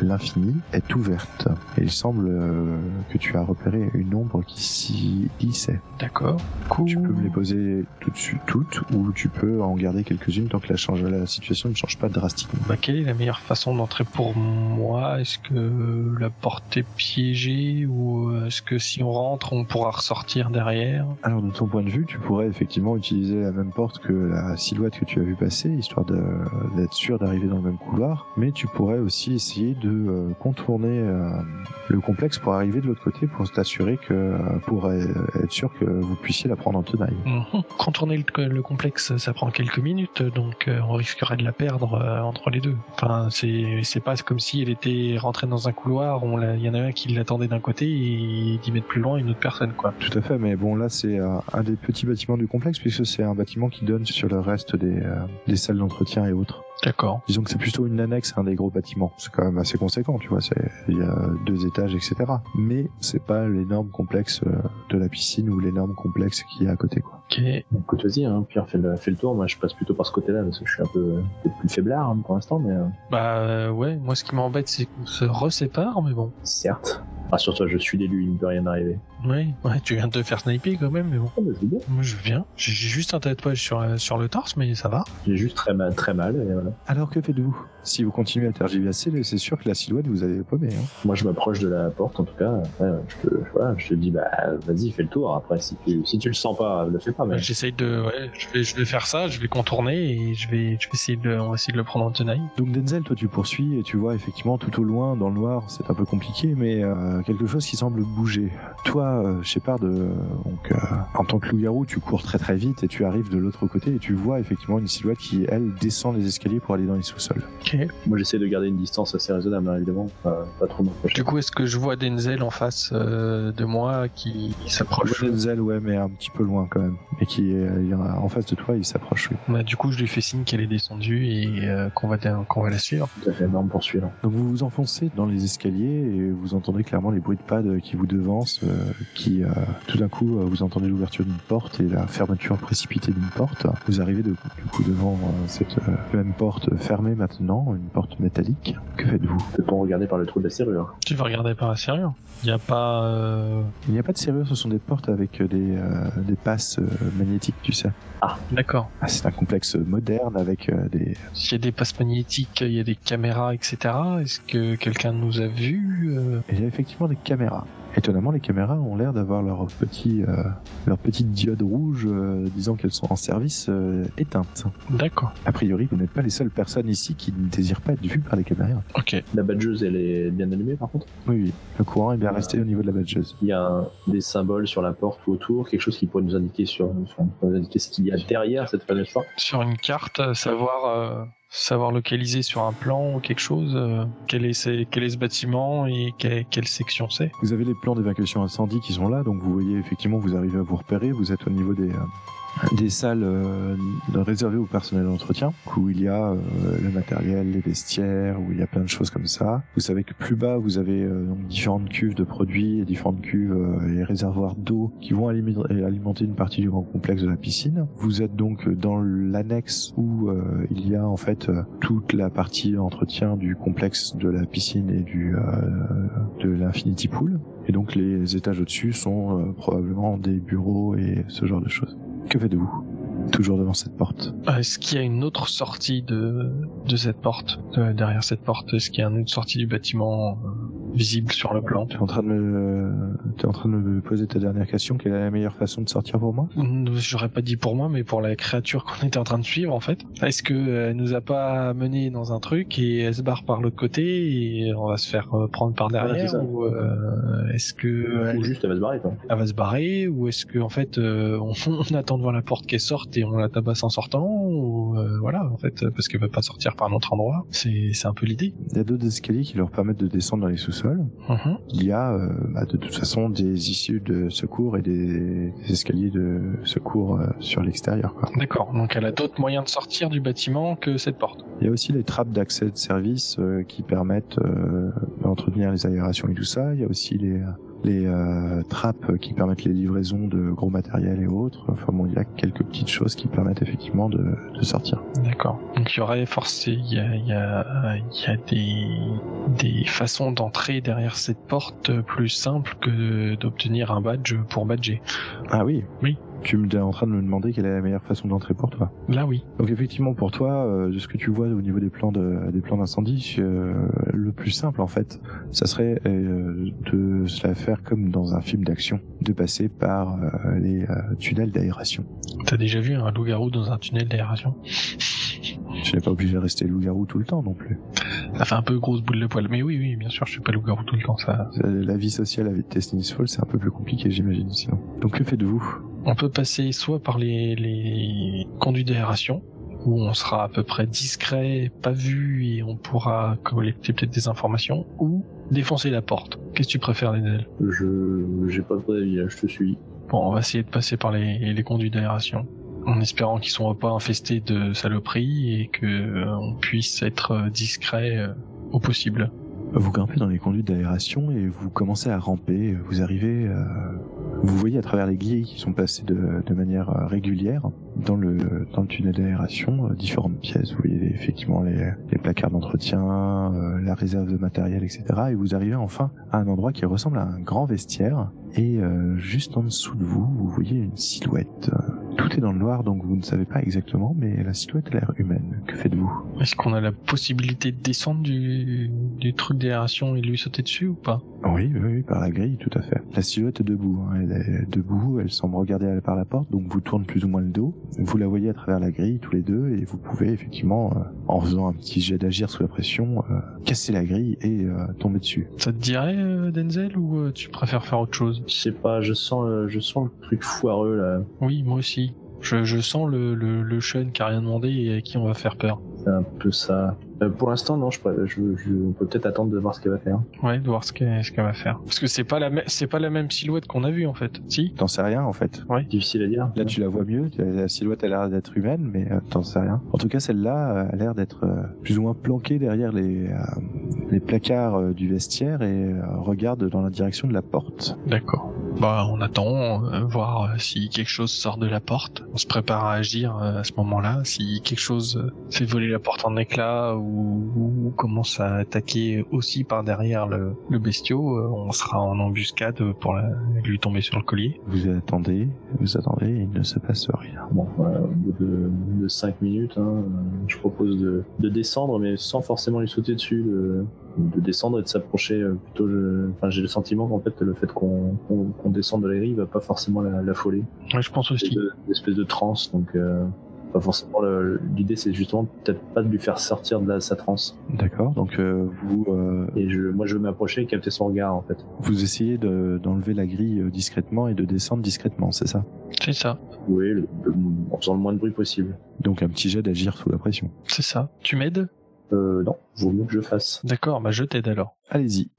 S1: l'infini est ouverte. Et il semble euh, que tu as repéré une ombre qui s'y glissait.
S2: D'accord. Cool.
S1: Tu peux me les poser tout de suite toutes, ou tu peux en garder quelques-unes tant que la, change, la situation ne change pas drastiquement.
S2: Bah, quelle est la meilleure façon d'entrer pour moi Est-ce que la porte est piégée ou euh, est-ce que si on rentre, on pourra ressortir derrière
S1: Alors de ton point de vue, tu pourrais effectivement utiliser la même porte que la silhouette que tu as vu passer, histoire de- d'être sûr d'arriver dans le même couloir, mais tu pourrais aussi essayer de euh, contourner euh, le complexe pour arriver de l'autre côté pour t'assurer que pour euh, être sûr que vous puissiez la prendre en tenaille.
S2: Mhm. Contourner le, le complexe, ça prend quelques minutes, donc euh, on risquerait de la perdre euh, entre les deux. Enfin, c'est c'est pas comme si elle était rentrée dans un couloir, on l'a- il y en a un qui l'attendait d'un côté et 10 mètres plus loin une autre personne, quoi.
S1: Tout à fait, mais bon là c'est euh, un des petits bâtiments du complexe puisque c'est un bâtiment qui donne sur le reste des, euh, des salles d'entretien et autres.
S2: D'accord.
S1: Disons que c'est plutôt une annexe à un des gros bâtiments. C'est quand même assez conséquent, tu vois. c'est- Il y a deux étages, etc. Mais c'est pas l'énorme complexe euh, de la piscine ou l'énorme complexe qu'il y a à côté, quoi.
S2: Ok.
S3: Écoute, vas-y, hein, Pierre, fais le, fais le tour. Moi, je passe plutôt par ce côté-là parce que je suis un peu, peut-être plus faiblard hein, pour l'instant, mais euh,
S2: Bah euh, ouais, moi ce qui m'embête c'est qu'on se resépare, mais bon.
S3: certes. Rassure-toi, je suis l'élu, il ne peut rien arriver.
S2: Ouais, ouais, tu viens de te faire sniper quand même, mais bon.
S3: Oh, mais je veux bien.
S2: Moi je viens. J'ai j'ai juste un tatouage sur, euh, sur le torse, mais ça va.
S3: J'ai juste très mal, très mal. Et voilà.
S1: Alors que faites-vous Si vous continuez à tergiverser, c'est sûr que la silhouette vous avez paumé. Hein.
S3: Moi, je m'approche de la porte, en tout cas. Ouais, je, te, voilà, je te dis, bah, vas-y, fais le tour. Après, si tu, si tu le sens pas, le fais pas. Mais...
S2: J'essaye de, ouais, je vais, je vais faire ça, je vais contourner et je vais, je vais essayer de, on va essayer de le prendre en tenaille.
S1: Donc Denzel, toi tu poursuis et tu vois effectivement tout au loin dans le noir, c'est un peu compliqué, mais euh, quelque chose qui semble bouger. Toi, euh, Shepard, euh, donc euh, en tant que loup-garou, tu cours très très vite et tu arrives de l'autre côté et tu vois effectivement une silhouette qui elle descend les escaliers pour aller dans les sous-sols.
S2: Ok.
S3: Moi, j'essaie de garder une distance assez raisonnable, hein, évidemment. Enfin, pas trop m'approcher.
S2: Du coup, est-ce que je vois Denzel en face euh, de moi qui qui s'approche
S1: Denzel, ouais, mais un petit peu loin quand même. Et qui est il y en a- en face de toi, il s'approche. oui.
S2: Bah, Du coup, je lui fais signe qu'elle est descendue et euh, qu'on va, qu'on va la suivre.
S3: Tout à fait, non, poursuivre.
S1: Donc vous vous enfoncez dans les escaliers et vous entendez clairement clairement les bruits de pad qui vous devancent, euh, qui euh, tout d'un coup euh, vous entendez l'ouverture d'une porte et la fermeture précipitée d'une porte. Vous arrivez de, du coup devant euh, cette euh, même porte fermée maintenant, une porte métallique. Que faites-vous
S3: Peut-on regarder par le trou de la serrure
S2: Tu vas regarder par la serrure. Il n'y a pas. euh,
S1: Il n'y a pas de serrure, ce sont des portes avec euh, des, euh, des passes euh, magnétiques, tu sais.
S2: D'accord.
S1: Ah, c'est un complexe moderne avec euh, des...
S2: Il y a des passes magnétiques, il y a des caméras, etc. Est-ce que quelqu'un nous a vus euh,
S1: Il y a effectivement des caméras. Étonnamment, les caméras ont l'air d'avoir leur, petit, euh, leur petite diode rouge euh, disant qu'elles sont en service euh, éteinte.
S2: D'accord.
S1: A priori, vous n'êtes pas les seules personnes ici qui ne désirent pas être vues par les caméras.
S2: Ok.
S3: La badgeuse, elle est bien allumée par contre
S1: Oui, oui. Le courant est bien resté au niveau de la badgeuse.
S3: Il y a un- des symboles sur la porte ou autour, quelque chose qui pourrait nous indiquer sur, enfin, qui pourrait nous indiquer ce qu'il y a derrière cette fameuse porte.
S2: Sur une carte, euh, savoir, euh, savoir localiser sur un plan ou quelque chose, euh, quel, est, c'est- quel est ce bâtiment et que- quelle section c'est.
S1: Vous avez les plans d'évacuation incendie qui sont là, donc vous voyez effectivement, vous arrivez à vous repérer, vous êtes au niveau des, euh, des salles euh, réservées au personnel d'entretien, où il y a euh, le matériel, les vestiaires, où il y a plein de choses comme ça. Vous savez que plus bas, vous avez euh, donc différentes cuves de produits et différentes cuves euh, et réservoirs d'eau qui vont alimi- alimenter une partie du grand complexe de la piscine. Vous êtes donc dans l'annexe où euh, il y a en fait euh, toute la partie entretien du complexe de la piscine et du euh, de l'Infinity Pool. Et donc les étages au-dessus sont euh, probablement des bureaux et ce genre de choses. Que faites-vous Toujours devant cette porte.
S2: Euh, Est-ce qu'il y a une autre sortie de, de cette porte, de- derrière cette porte Est-ce qu'il y a une autre sortie du bâtiment euh, visible sur le plan
S1: Tu es en train de me, t'es en train de me poser ta dernière question. Quelle est la meilleure façon de sortir pour moi
S2: Mm, J'aurais pas dit pour moi, mais pour la créature qu'on était en train de suivre, en fait. Est-ce que euh, elle nous a pas mené dans un truc et elle se barre par l'autre côté et on va se faire euh, prendre par
S3: Ouais,
S2: derrière
S3: c'est ça.
S2: Ou euh, est-ce que elle-
S3: Ou juste, elle va se barrer quoi.
S2: elle va se barrer ou est-ce que en fait euh, on, on attend devant la porte qu'elle sorte et on la tabasse en sortant ou euh, voilà en fait euh, parce qu'elle veut pas sortir par un autre endroit c'est c'est un peu l'idée
S1: Il y a d'autres escaliers qui leur permettent de descendre dans les sous-sols.
S2: Mhm.
S1: Il y a euh, bah, de toute façon des issues de secours et des, des escaliers de secours euh, sur l'extérieur. quoi.
S2: d'accord donc elle a d'autres moyens de sortir du bâtiment que cette porte
S1: Il y a aussi les trappes d'accès de service euh, qui permettent euh, d'entretenir les aérations et tout ça. Il y a aussi les, les euh, trappes qui permettent les livraisons de gros matériel et autres. Enfin bon, il y a quelques petites choses qui permettent effectivement de, de sortir.
S2: d'accord donc il y aurait forcé il y a il y a, il y a des des façons d'entrer derrière cette porte plus simples que d'obtenir un badge pour badger
S1: Ah oui
S2: Oui.
S1: Tu me- t'es en train de me demander quelle est la meilleure façon d'entrer pour toi.
S2: là oui
S1: Donc effectivement pour toi, euh, de ce que tu vois au niveau des plans de, des plans d'incendie, euh, le plus simple en fait, ça serait euh, de se la faire comme dans un film d'action, de passer par euh, les euh, tunnels d'aération.
S2: t'as déjà vu un loup-garou dans un tunnel d'aération
S1: Tu n'es pas obligé de rester loup-garou tout le temps non plus.
S2: ça fait un peu grosse boule de poil mais oui oui bien sûr je suis pas loup-garou tout le temps ça
S1: Euh, La vie sociale avec Destiny's Fall, c'est un peu plus compliqué, j'imagine, sinon. Donc que faites-vous
S2: On peut passer soit par les, les conduits d'aération, où on sera à peu près discret, pas vu, et on pourra collecter peut-être des informations, ou défoncer la porte. Qu'est-ce que tu préfères, Denzel
S3: Je, j'ai pas trop d'avis là, je te suis.
S2: Bon, on va essayer de passer par les, les conduits d'aération, en espérant qu'ils sont pas infestés de saloperies et que euh, on puisse être euh, discret euh, au possible.
S1: Vous grimpez dans les conduites d'aération et vous commencez à ramper. Vous arrivez, euh, vous voyez à travers les guillemets qui sont placés de, de manière euh, régulière dans le dans le tunnel d'aération euh, différentes pièces. Vous voyez effectivement les, les placards d'entretien, euh, la réserve de matériel, etc. Et vous arrivez enfin à un endroit qui ressemble à un grand vestiaire. Et euh, juste en dessous de vous, vous voyez une silhouette. Tout est dans le noir, donc vous ne savez pas exactement, mais la silhouette a l'air humaine. Que faites-vous
S2: Est-ce qu'on a la possibilité de descendre du, du truc d'aération et de lui sauter dessus ou pas
S1: Oui, oui, oui, par la grille, tout à fait. La silhouette est debout. hein, Elle est debout, elle semble regarder à- par la porte, donc vous tourne plus ou moins le dos. Vous la voyez à travers la grille, tous les deux, et vous pouvez effectivement, euh, en faisant un petit jet d'agir sous la pression, euh, casser la grille et euh, tomber dessus.
S2: Ça te dirait, euh, Denzel, ou euh, tu préfères faire autre chose
S3: Je sais pas, je sens, le- je sens le truc foireux là.
S2: Oui, moi aussi. Je, je sens le, le, le Sean qui a rien demandé et à qui on va faire peur.
S3: C'est un peu ça. Euh, pour l'instant, non, je, pr- je, je- on peut peut-être attendre de voir ce qu'elle va faire.
S2: Ouais, de voir ce qu'elle ce qu'elle va faire. Parce que c'est pas la mê- c'est pas la même silhouette qu'on a vue en fait. Si.
S1: T'en sais rien en fait.
S3: Difficile à dire.
S1: Là, tu la vois mieux. La silhouette a l'air d'être humaine, mais euh, t'en sais rien. En tout cas, celle-là euh, a l'air d'être euh, plus ou moins planquée derrière les, euh, les placards euh, du vestiaire et euh, regarde dans la direction de la porte.
S2: D'accord. Bah, on attend, euh, voir euh, si quelque chose sort de la porte. On se prépare à agir euh, à ce moment-là. Si quelque chose euh, fait voler la porte en éclats ou, ou commence à attaquer aussi par derrière le, le bestiau, euh, on sera en embuscade pour la- lui tomber sur le collier.
S1: Vous attendez, vous attendez, et il ne se passe rien.
S3: Bon, voilà, au bout de, de 5 minutes, hein, euh, je propose de, de descendre, mais sans forcément lui sauter dessus, de, de descendre et de s'approcher euh, plutôt. je- Enfin, j'ai le sentiment qu'en fait, le fait qu'on qu'on qu'on descende de la grille va pas forcément la- l'affoler.
S2: Ouais, je pense
S3: C'est
S2: aussi.
S3: de- une espèce de transe, donc euh, pas forcément. le- L'idée, c'est justement peut-être pas de lui faire sortir de la- sa transe.
S1: D'accord. Donc euh, vous euh,
S3: Et je, moi, je veux m'approcher et capter son regard, en fait.
S1: vous essayez de- d'enlever la grille euh, discrètement et de descendre discrètement, c'est ça
S2: C'est ça.
S3: Oui, le- le- en faisant le moins de bruit possible.
S1: Donc un petit jet d'agir sous la pression.
S2: C'est ça. Tu m'aides
S3: Euh, non, vaut mieux que je fasse.
S2: D'accord, bah je t'aide alors.
S1: Allez-y.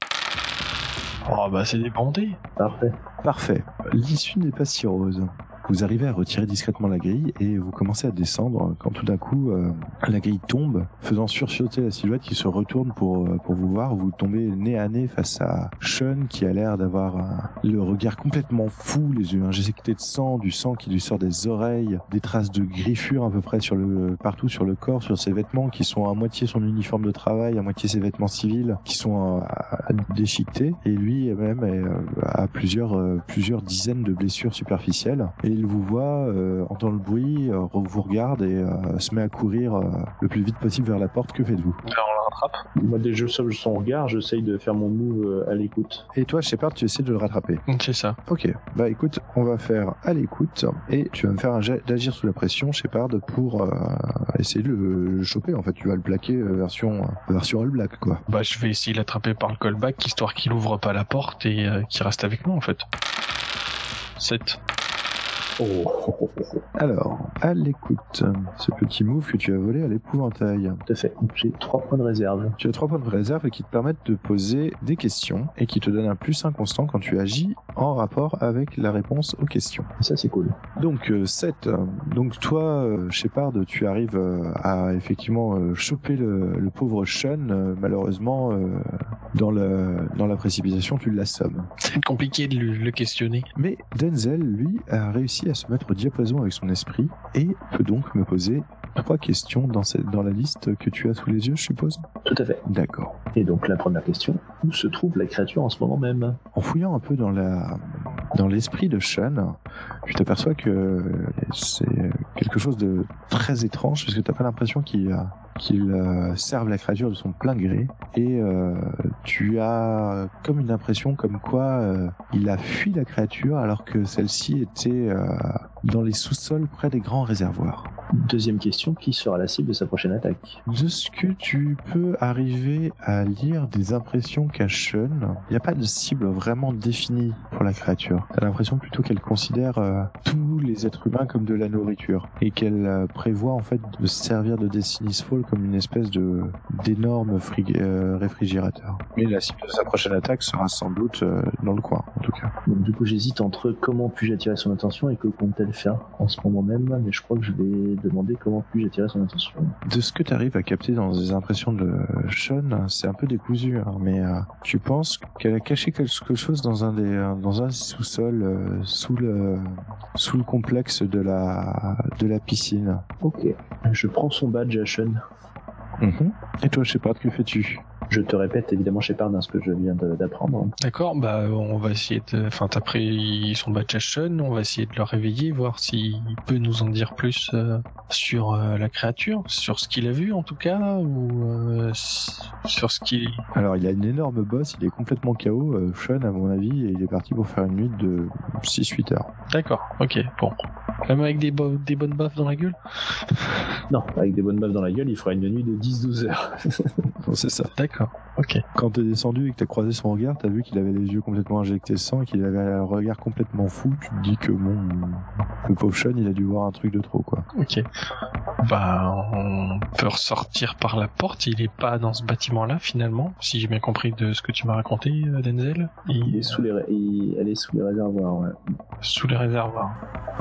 S2: Oh bah c'est des bandés.
S3: Parfait.
S1: Parfait. L'issue n'est pas si rose. Vous arrivez à retirer discrètement la grille et vous commencez à descendre quand tout d'un coup euh, la grille tombe, faisant sursauter la silhouette qui se retourne pour, euh, pour vous voir. Vous tombez nez à nez face à Sean qui a l'air d'avoir euh, le regard complètement fou, les yeux injectés de sang, du sang qui lui sort des oreilles, des traces de griffures à peu près sur le, partout sur le corps, sur ses vêtements qui sont à moitié son uniforme de travail, à moitié ses vêtements civils qui sont euh, à- à déchiquetés. Et lui même est, euh, à plusieurs, euh, plusieurs dizaines de blessures superficielles. Et il vous voit, euh, entend le bruit, euh, vous regarde et euh, se met à courir euh, le plus vite possible vers la porte. Que faites-vous
S2: Bah, on la rattrape.
S3: Moi, dès que je sauve son regard, j'essaye de faire mon move euh, à l'écoute.
S1: Et toi, Shepard, tu essaies de le rattraper.
S2: C'est ça.
S1: Ok, bah écoute, on va faire à l'écoute et tu vas me faire un jet d'agir sous la pression, Shepard, pour euh, essayer de le choper. En fait, tu vas le plaquer euh, version, euh, version All Black, quoi.
S2: Bah je vais essayer de l'attraper par le callback, histoire qu'il ouvre pas la porte et euh, qu'il reste avec nous en fait. 7.
S3: Oh, oh, oh, oh, oh.
S1: Alors, à l'écoute, ce petit move que tu as volé à l'épouvantail.
S3: Tout à fait. J'ai trois points de réserve.
S1: Tu as trois points de réserve qui te permettent de poser des questions et qui te donnent un plus inconstant quand tu agis en rapport avec la réponse aux questions.
S3: Ça, c'est cool.
S1: Donc 7. Donc toi, euh, Shepard, tu arrives euh, à effectivement euh, choper le, le pauvre Sean. euh, Malheureusement, euh, dans, le, dans la précipitation, tu l'assommes.
S2: C'est compliqué de le, le questionner.
S1: Mais Denzel, lui, a réussi à se mettre au diapason avec son esprit et peut donc me poser trois questions dans, cette, dans la liste que tu as sous les yeux, je suppose.
S3: Tout à fait.
S1: D'accord.
S3: Et donc, la première question. Où se trouve la créature en ce moment même
S1: En fouillant un peu dans la dans l'esprit de Sean, tu t'aperçois que c'est quelque chose de très étrange parce que t'as pas l'impression qu'il euh, qu'il euh, serve la créature de son plein gré et euh, tu as comme une impression comme quoi euh, il a fui la créature alors que celle-ci était euh, dans les sous-sols près des grands réservoirs.
S3: Deuxième question. Qui sera la cible de sa prochaine attaque
S1: De ce que tu peux arriver à lire des impressions qu'a Sean, il n'y a pas de cible vraiment définie pour la créature. T'as l'impression plutôt qu'elle considère euh, tous les êtres humains comme de la nourriture et qu'elle euh, prévoit en fait de se servir de Destiny's Fall comme une espèce de d'énorme frig- euh, réfrigérateur. Mais la cible de sa prochaine attaque sera sans doute euh, dans le coin, en tout cas.
S3: Donc, du coup, j'hésite entre comment puis-je attirer son attention et que compte-t-elle faire en ce moment même. Mais je crois que je vais demander comment puis-je attirer son attention.
S1: De ce que tu arrives à capter dans les impressions de Sean, c'est un peu décousu, hein, mais euh, tu penses qu'elle a caché quelque chose dans un des euh, dans un sous-sol euh, sous le sous le complexe de la de la piscine.
S3: Ok. Je prends son badge à Sean.
S1: Et toi, Shepard, que fais-tu
S3: Je te répète évidemment, Shepard, hein, ce que je viens de- d'apprendre.
S2: D'accord, bah on va essayer de... Enfin t'as pris son badge à Sean, on va essayer de le réveiller, voir s'il peut nous en dire plus euh, sur euh, la créature, sur ce qu'il a vu en tout cas, ou euh, s- sur ce qu'il...
S1: Alors, il a une énorme bosse, il est complètement KO, euh, Sean, à mon avis, et il est parti pour faire une nuit de 6-8 heures.
S2: D'accord, ok, bon. Même avec des, bo- des bonnes baffes dans la gueule
S3: Non, avec des bonnes meufs dans la gueule, il fera une nuit de 10-12 heures.
S1: C'est ça.
S2: D'accord. Ok.
S1: Quand t'es descendu et que t'as croisé son regard, t'as vu qu'il avait les yeux complètement injectés de sang et qu'il avait un regard complètement fou. Tu te dis que bon, le pauvre Sean, il a dû voir un truc de trop, quoi.
S2: Ok. Bah, on peut ressortir par la porte. Il est pas dans ce bâtiment-là, finalement, si j'ai bien compris de ce que tu m'as raconté, euh, Denzel.
S3: Il est sous les, ré- il- elle est sous les réservoirs. ouais.
S2: Sous les réservoirs.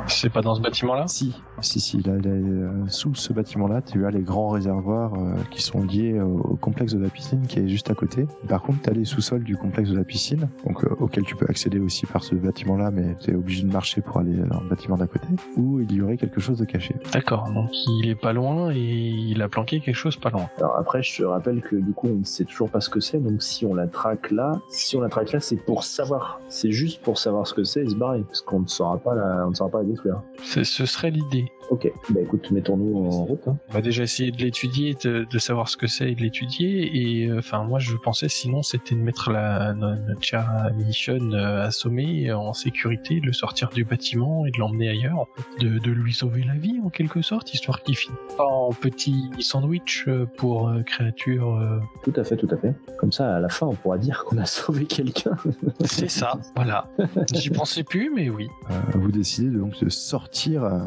S2: C'est pas dans ce bâtiment-là
S1: Si, si, si. Là, là, euh, sous ce bâtiment-là, tu as les grands réservoirs euh, qui sont liés au, au complexe de la piscine qui est juste à côté. Par contre, tu as les sous-sols du complexe de la piscine, donc euh, auquel tu peux accéder aussi par ce bâtiment-là, mais tu es obligé de marcher pour aller dans le bâtiment d'à côté, où il y aurait quelque chose de caché.
S2: D'accord. Donc il est pas loin et il a planqué quelque chose pas loin.
S3: Alors après, je te rappelle que du coup, on ne sait toujours pas ce que c'est. Donc si on la traque là, si on la traque là, c'est pour savoir. C'est juste pour savoir ce que c'est et se barrer, parce qu'on ne saura pas la, on ne saura pas la détruire.
S2: C'est- Ce serait l'idée.
S3: Ok. Bah écoute, mettons-nous en route. hein.
S2: On va Bah, déjà essayer de l'étudier, de, de savoir ce que c'est et de l'étudier. Et euh, enfin, moi, je pensais sinon c'était de mettre la no- notre char mission euh, assommée euh, en sécurité, de le sortir du bâtiment et de l'emmener ailleurs, de, de lui sauver la vie en quelque sorte, histoire qu'il finisse pas en petit sandwich euh, pour euh, créature. euh.
S3: Tout à fait, tout à fait. Comme ça, à la fin, on pourra dire qu'on a sauvé quelqu'un.
S2: C'est ça. Voilà. J'y pensais plus, mais oui.
S1: Vous décidez de- donc de sortir euh,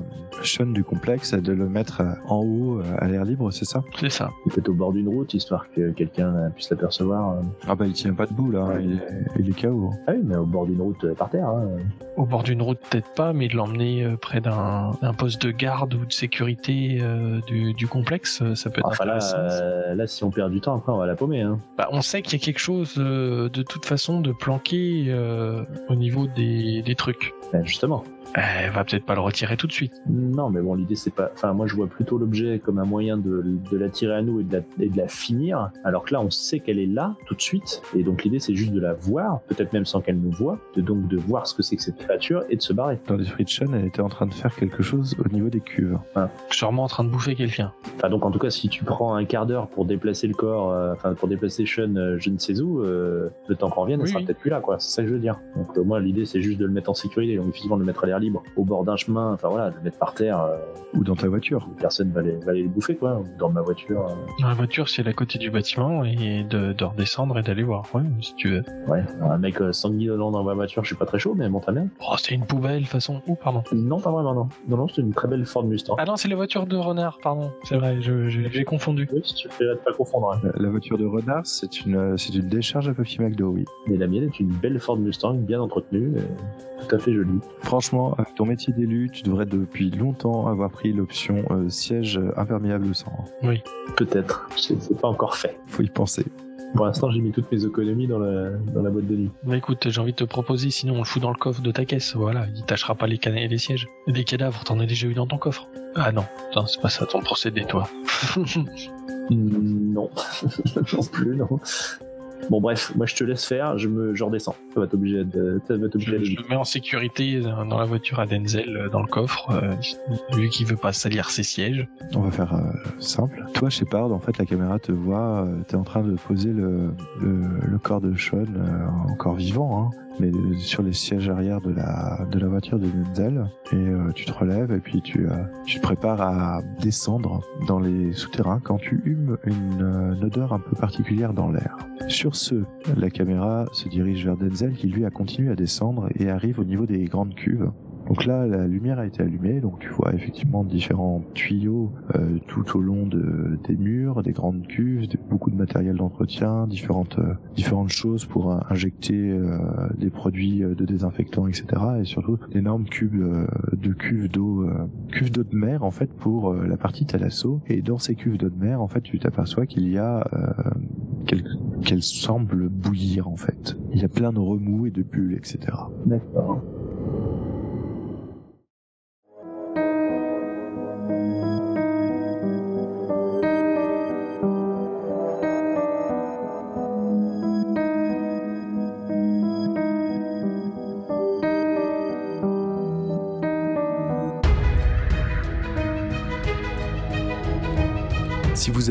S1: Sean du complexe et de le mettre euh, en haut euh, à l'air libre, c'est ça
S2: C'est ça.
S3: Peut-être au bord d'une route, histoire que quelqu'un puisse l'apercevoir. euh.
S1: Ah bah il tient pas debout là,
S3: Ouais.
S1: il, est, il est KO.
S3: Ah oui, mais au bord d'une route euh, par terre. hein.
S2: Au bord d'une route, peut-être pas, mais de l'emmener euh, près d'un d'un poste de garde ou de sécurité euh, du, du complexe, euh, ça peut être
S3: Enfin là,
S2: intéressant.
S3: euh, là, si on perd du temps, après, on va la paumer. Hein.
S2: Bah, on sait qu'il y a quelque chose euh, de toute façon de planqué euh, au niveau des, des trucs.
S3: Ben, justement.
S2: Euh, Elle va peut-être pas le retirer tout de suite.
S3: Non, mais bon, l'idée c'est pas. Enfin, moi je vois plutôt l'objet comme un moyen de, de l'attirer à nous et de, la, et de la finir. Alors que là, on sait qu'elle est là tout de suite. Et donc l'idée c'est juste de la voir, peut-être même sans qu'elle nous voie, de, donc de voir ce que c'est que cette créature et de se barrer.
S1: Dans l'esprit de Sean, elle était en train de faire quelque chose au niveau des cuves.
S2: Sûrement en train de bouffer quelqu'un.
S3: Enfin, donc en tout cas, si tu prends un quart d'heure pour déplacer le corps, euh, enfin pour déplacer Sean, euh, je ne sais où, euh, le temps qu'on revienne, elle
S2: Oui,
S3: sera
S2: oui.
S3: peut-être plus là, quoi. C'est ça que je veux dire. Donc euh, moi, l'idée c'est juste de le mettre en sécurité, donc effectivement de le mettre à l'air libre, au bord d'un chemin, enfin voilà, de le mettre par terre, euh,
S1: Ou dans ta voiture.
S3: personne va aller, va aller le bouffer, quoi, ou dans ma voiture. euh.
S2: Dans la voiture, c'est à côté du bâtiment et de, de redescendre et d'aller voir. Ouais, si tu veux.
S3: Ouais, alors, un mec euh, sanguinolent dans ma voiture, je suis pas très chaud, mais bon, très bien.
S2: Oh, c'est une poubelle, de façon. Oh, pardon.
S3: Non, pas vraiment, non. Non, non, c'est une très belle Ford Mustang.
S2: Ah non, c'est la voiture de renard, pardon. C'est vrai, je- je- j'ai confondu.
S3: Oui, si tu fais là de pas confondre. hein.
S1: Euh, La voiture de renard, c'est une, euh, c'est une décharge à Puffy McDo, oui.
S3: Mais la mienne est une belle Ford Mustang, bien entretenue, euh, tout à fait jolie.
S1: Franchement, avec ton métier d'élu, tu devrais depuis longtemps avoir pris l'option euh, siège euh, imperméable au sang.
S3: Peut-être. C'est c'est pas encore fait.
S1: Faut y penser.
S3: Pour l'instant, j'ai mis toutes mes économies dans la, dans la boîte de nuit.
S2: Bah écoute, j'ai envie de te proposer, sinon on le fout dans le coffre de ta caisse, voilà, il tâchera pas les canets et les sièges. Et Des cadavres, t'en as déjà eu dans ton coffre. Ah non, putain, c'est pas ça ton procédé, toi.
S3: Mm, Non. non plus, non. Bon, bref, moi je te laisse faire, je me je redescends. Ça va t'obliger à de- ça
S2: Je,
S3: va t'obliger à aller
S2: je
S3: vite.
S2: le mets en sécurité euh, dans dans la voiture à Denzel, euh, dans le coffre, euh, vu qu'il veut pas salir ses sièges.
S1: On va faire euh, simple. Toi, Shepard, en fait, la caméra te voit, euh, t'es en train de poser le, le, le corps de Sean, euh, encore vivant, hein, mais sur les sièges arrière de la, de la voiture de Denzel. Et euh, tu te relèves et puis tu, euh, tu te prépares à descendre dans les souterrains quand tu humes une, euh, une odeur un peu particulière dans l'air. Sur ce, la caméra se dirige vers Denzel qui lui a continué à descendre et arrive au niveau des grandes cuves. Donc là, la lumière a été allumée, donc tu vois effectivement différents tuyaux euh, tout au long de, des murs, des grandes cuves, de- beaucoup de matériel d'entretien, différentes euh, différentes choses pour euh, injecter euh, des produits euh, de désinfectants, etc. Et surtout d'énormes cubes euh, de cuves d'eau, euh, cuves d'eau de mer en fait pour euh, la partie thalasso. Et dans ces cuves d'eau de mer, en fait, tu t'aperçois qu'il y a euh, qu'elles qu'elles semblent bouillir en fait. Il y a plein de remous et de bulles, etc.
S3: D'accord.
S1: Si vous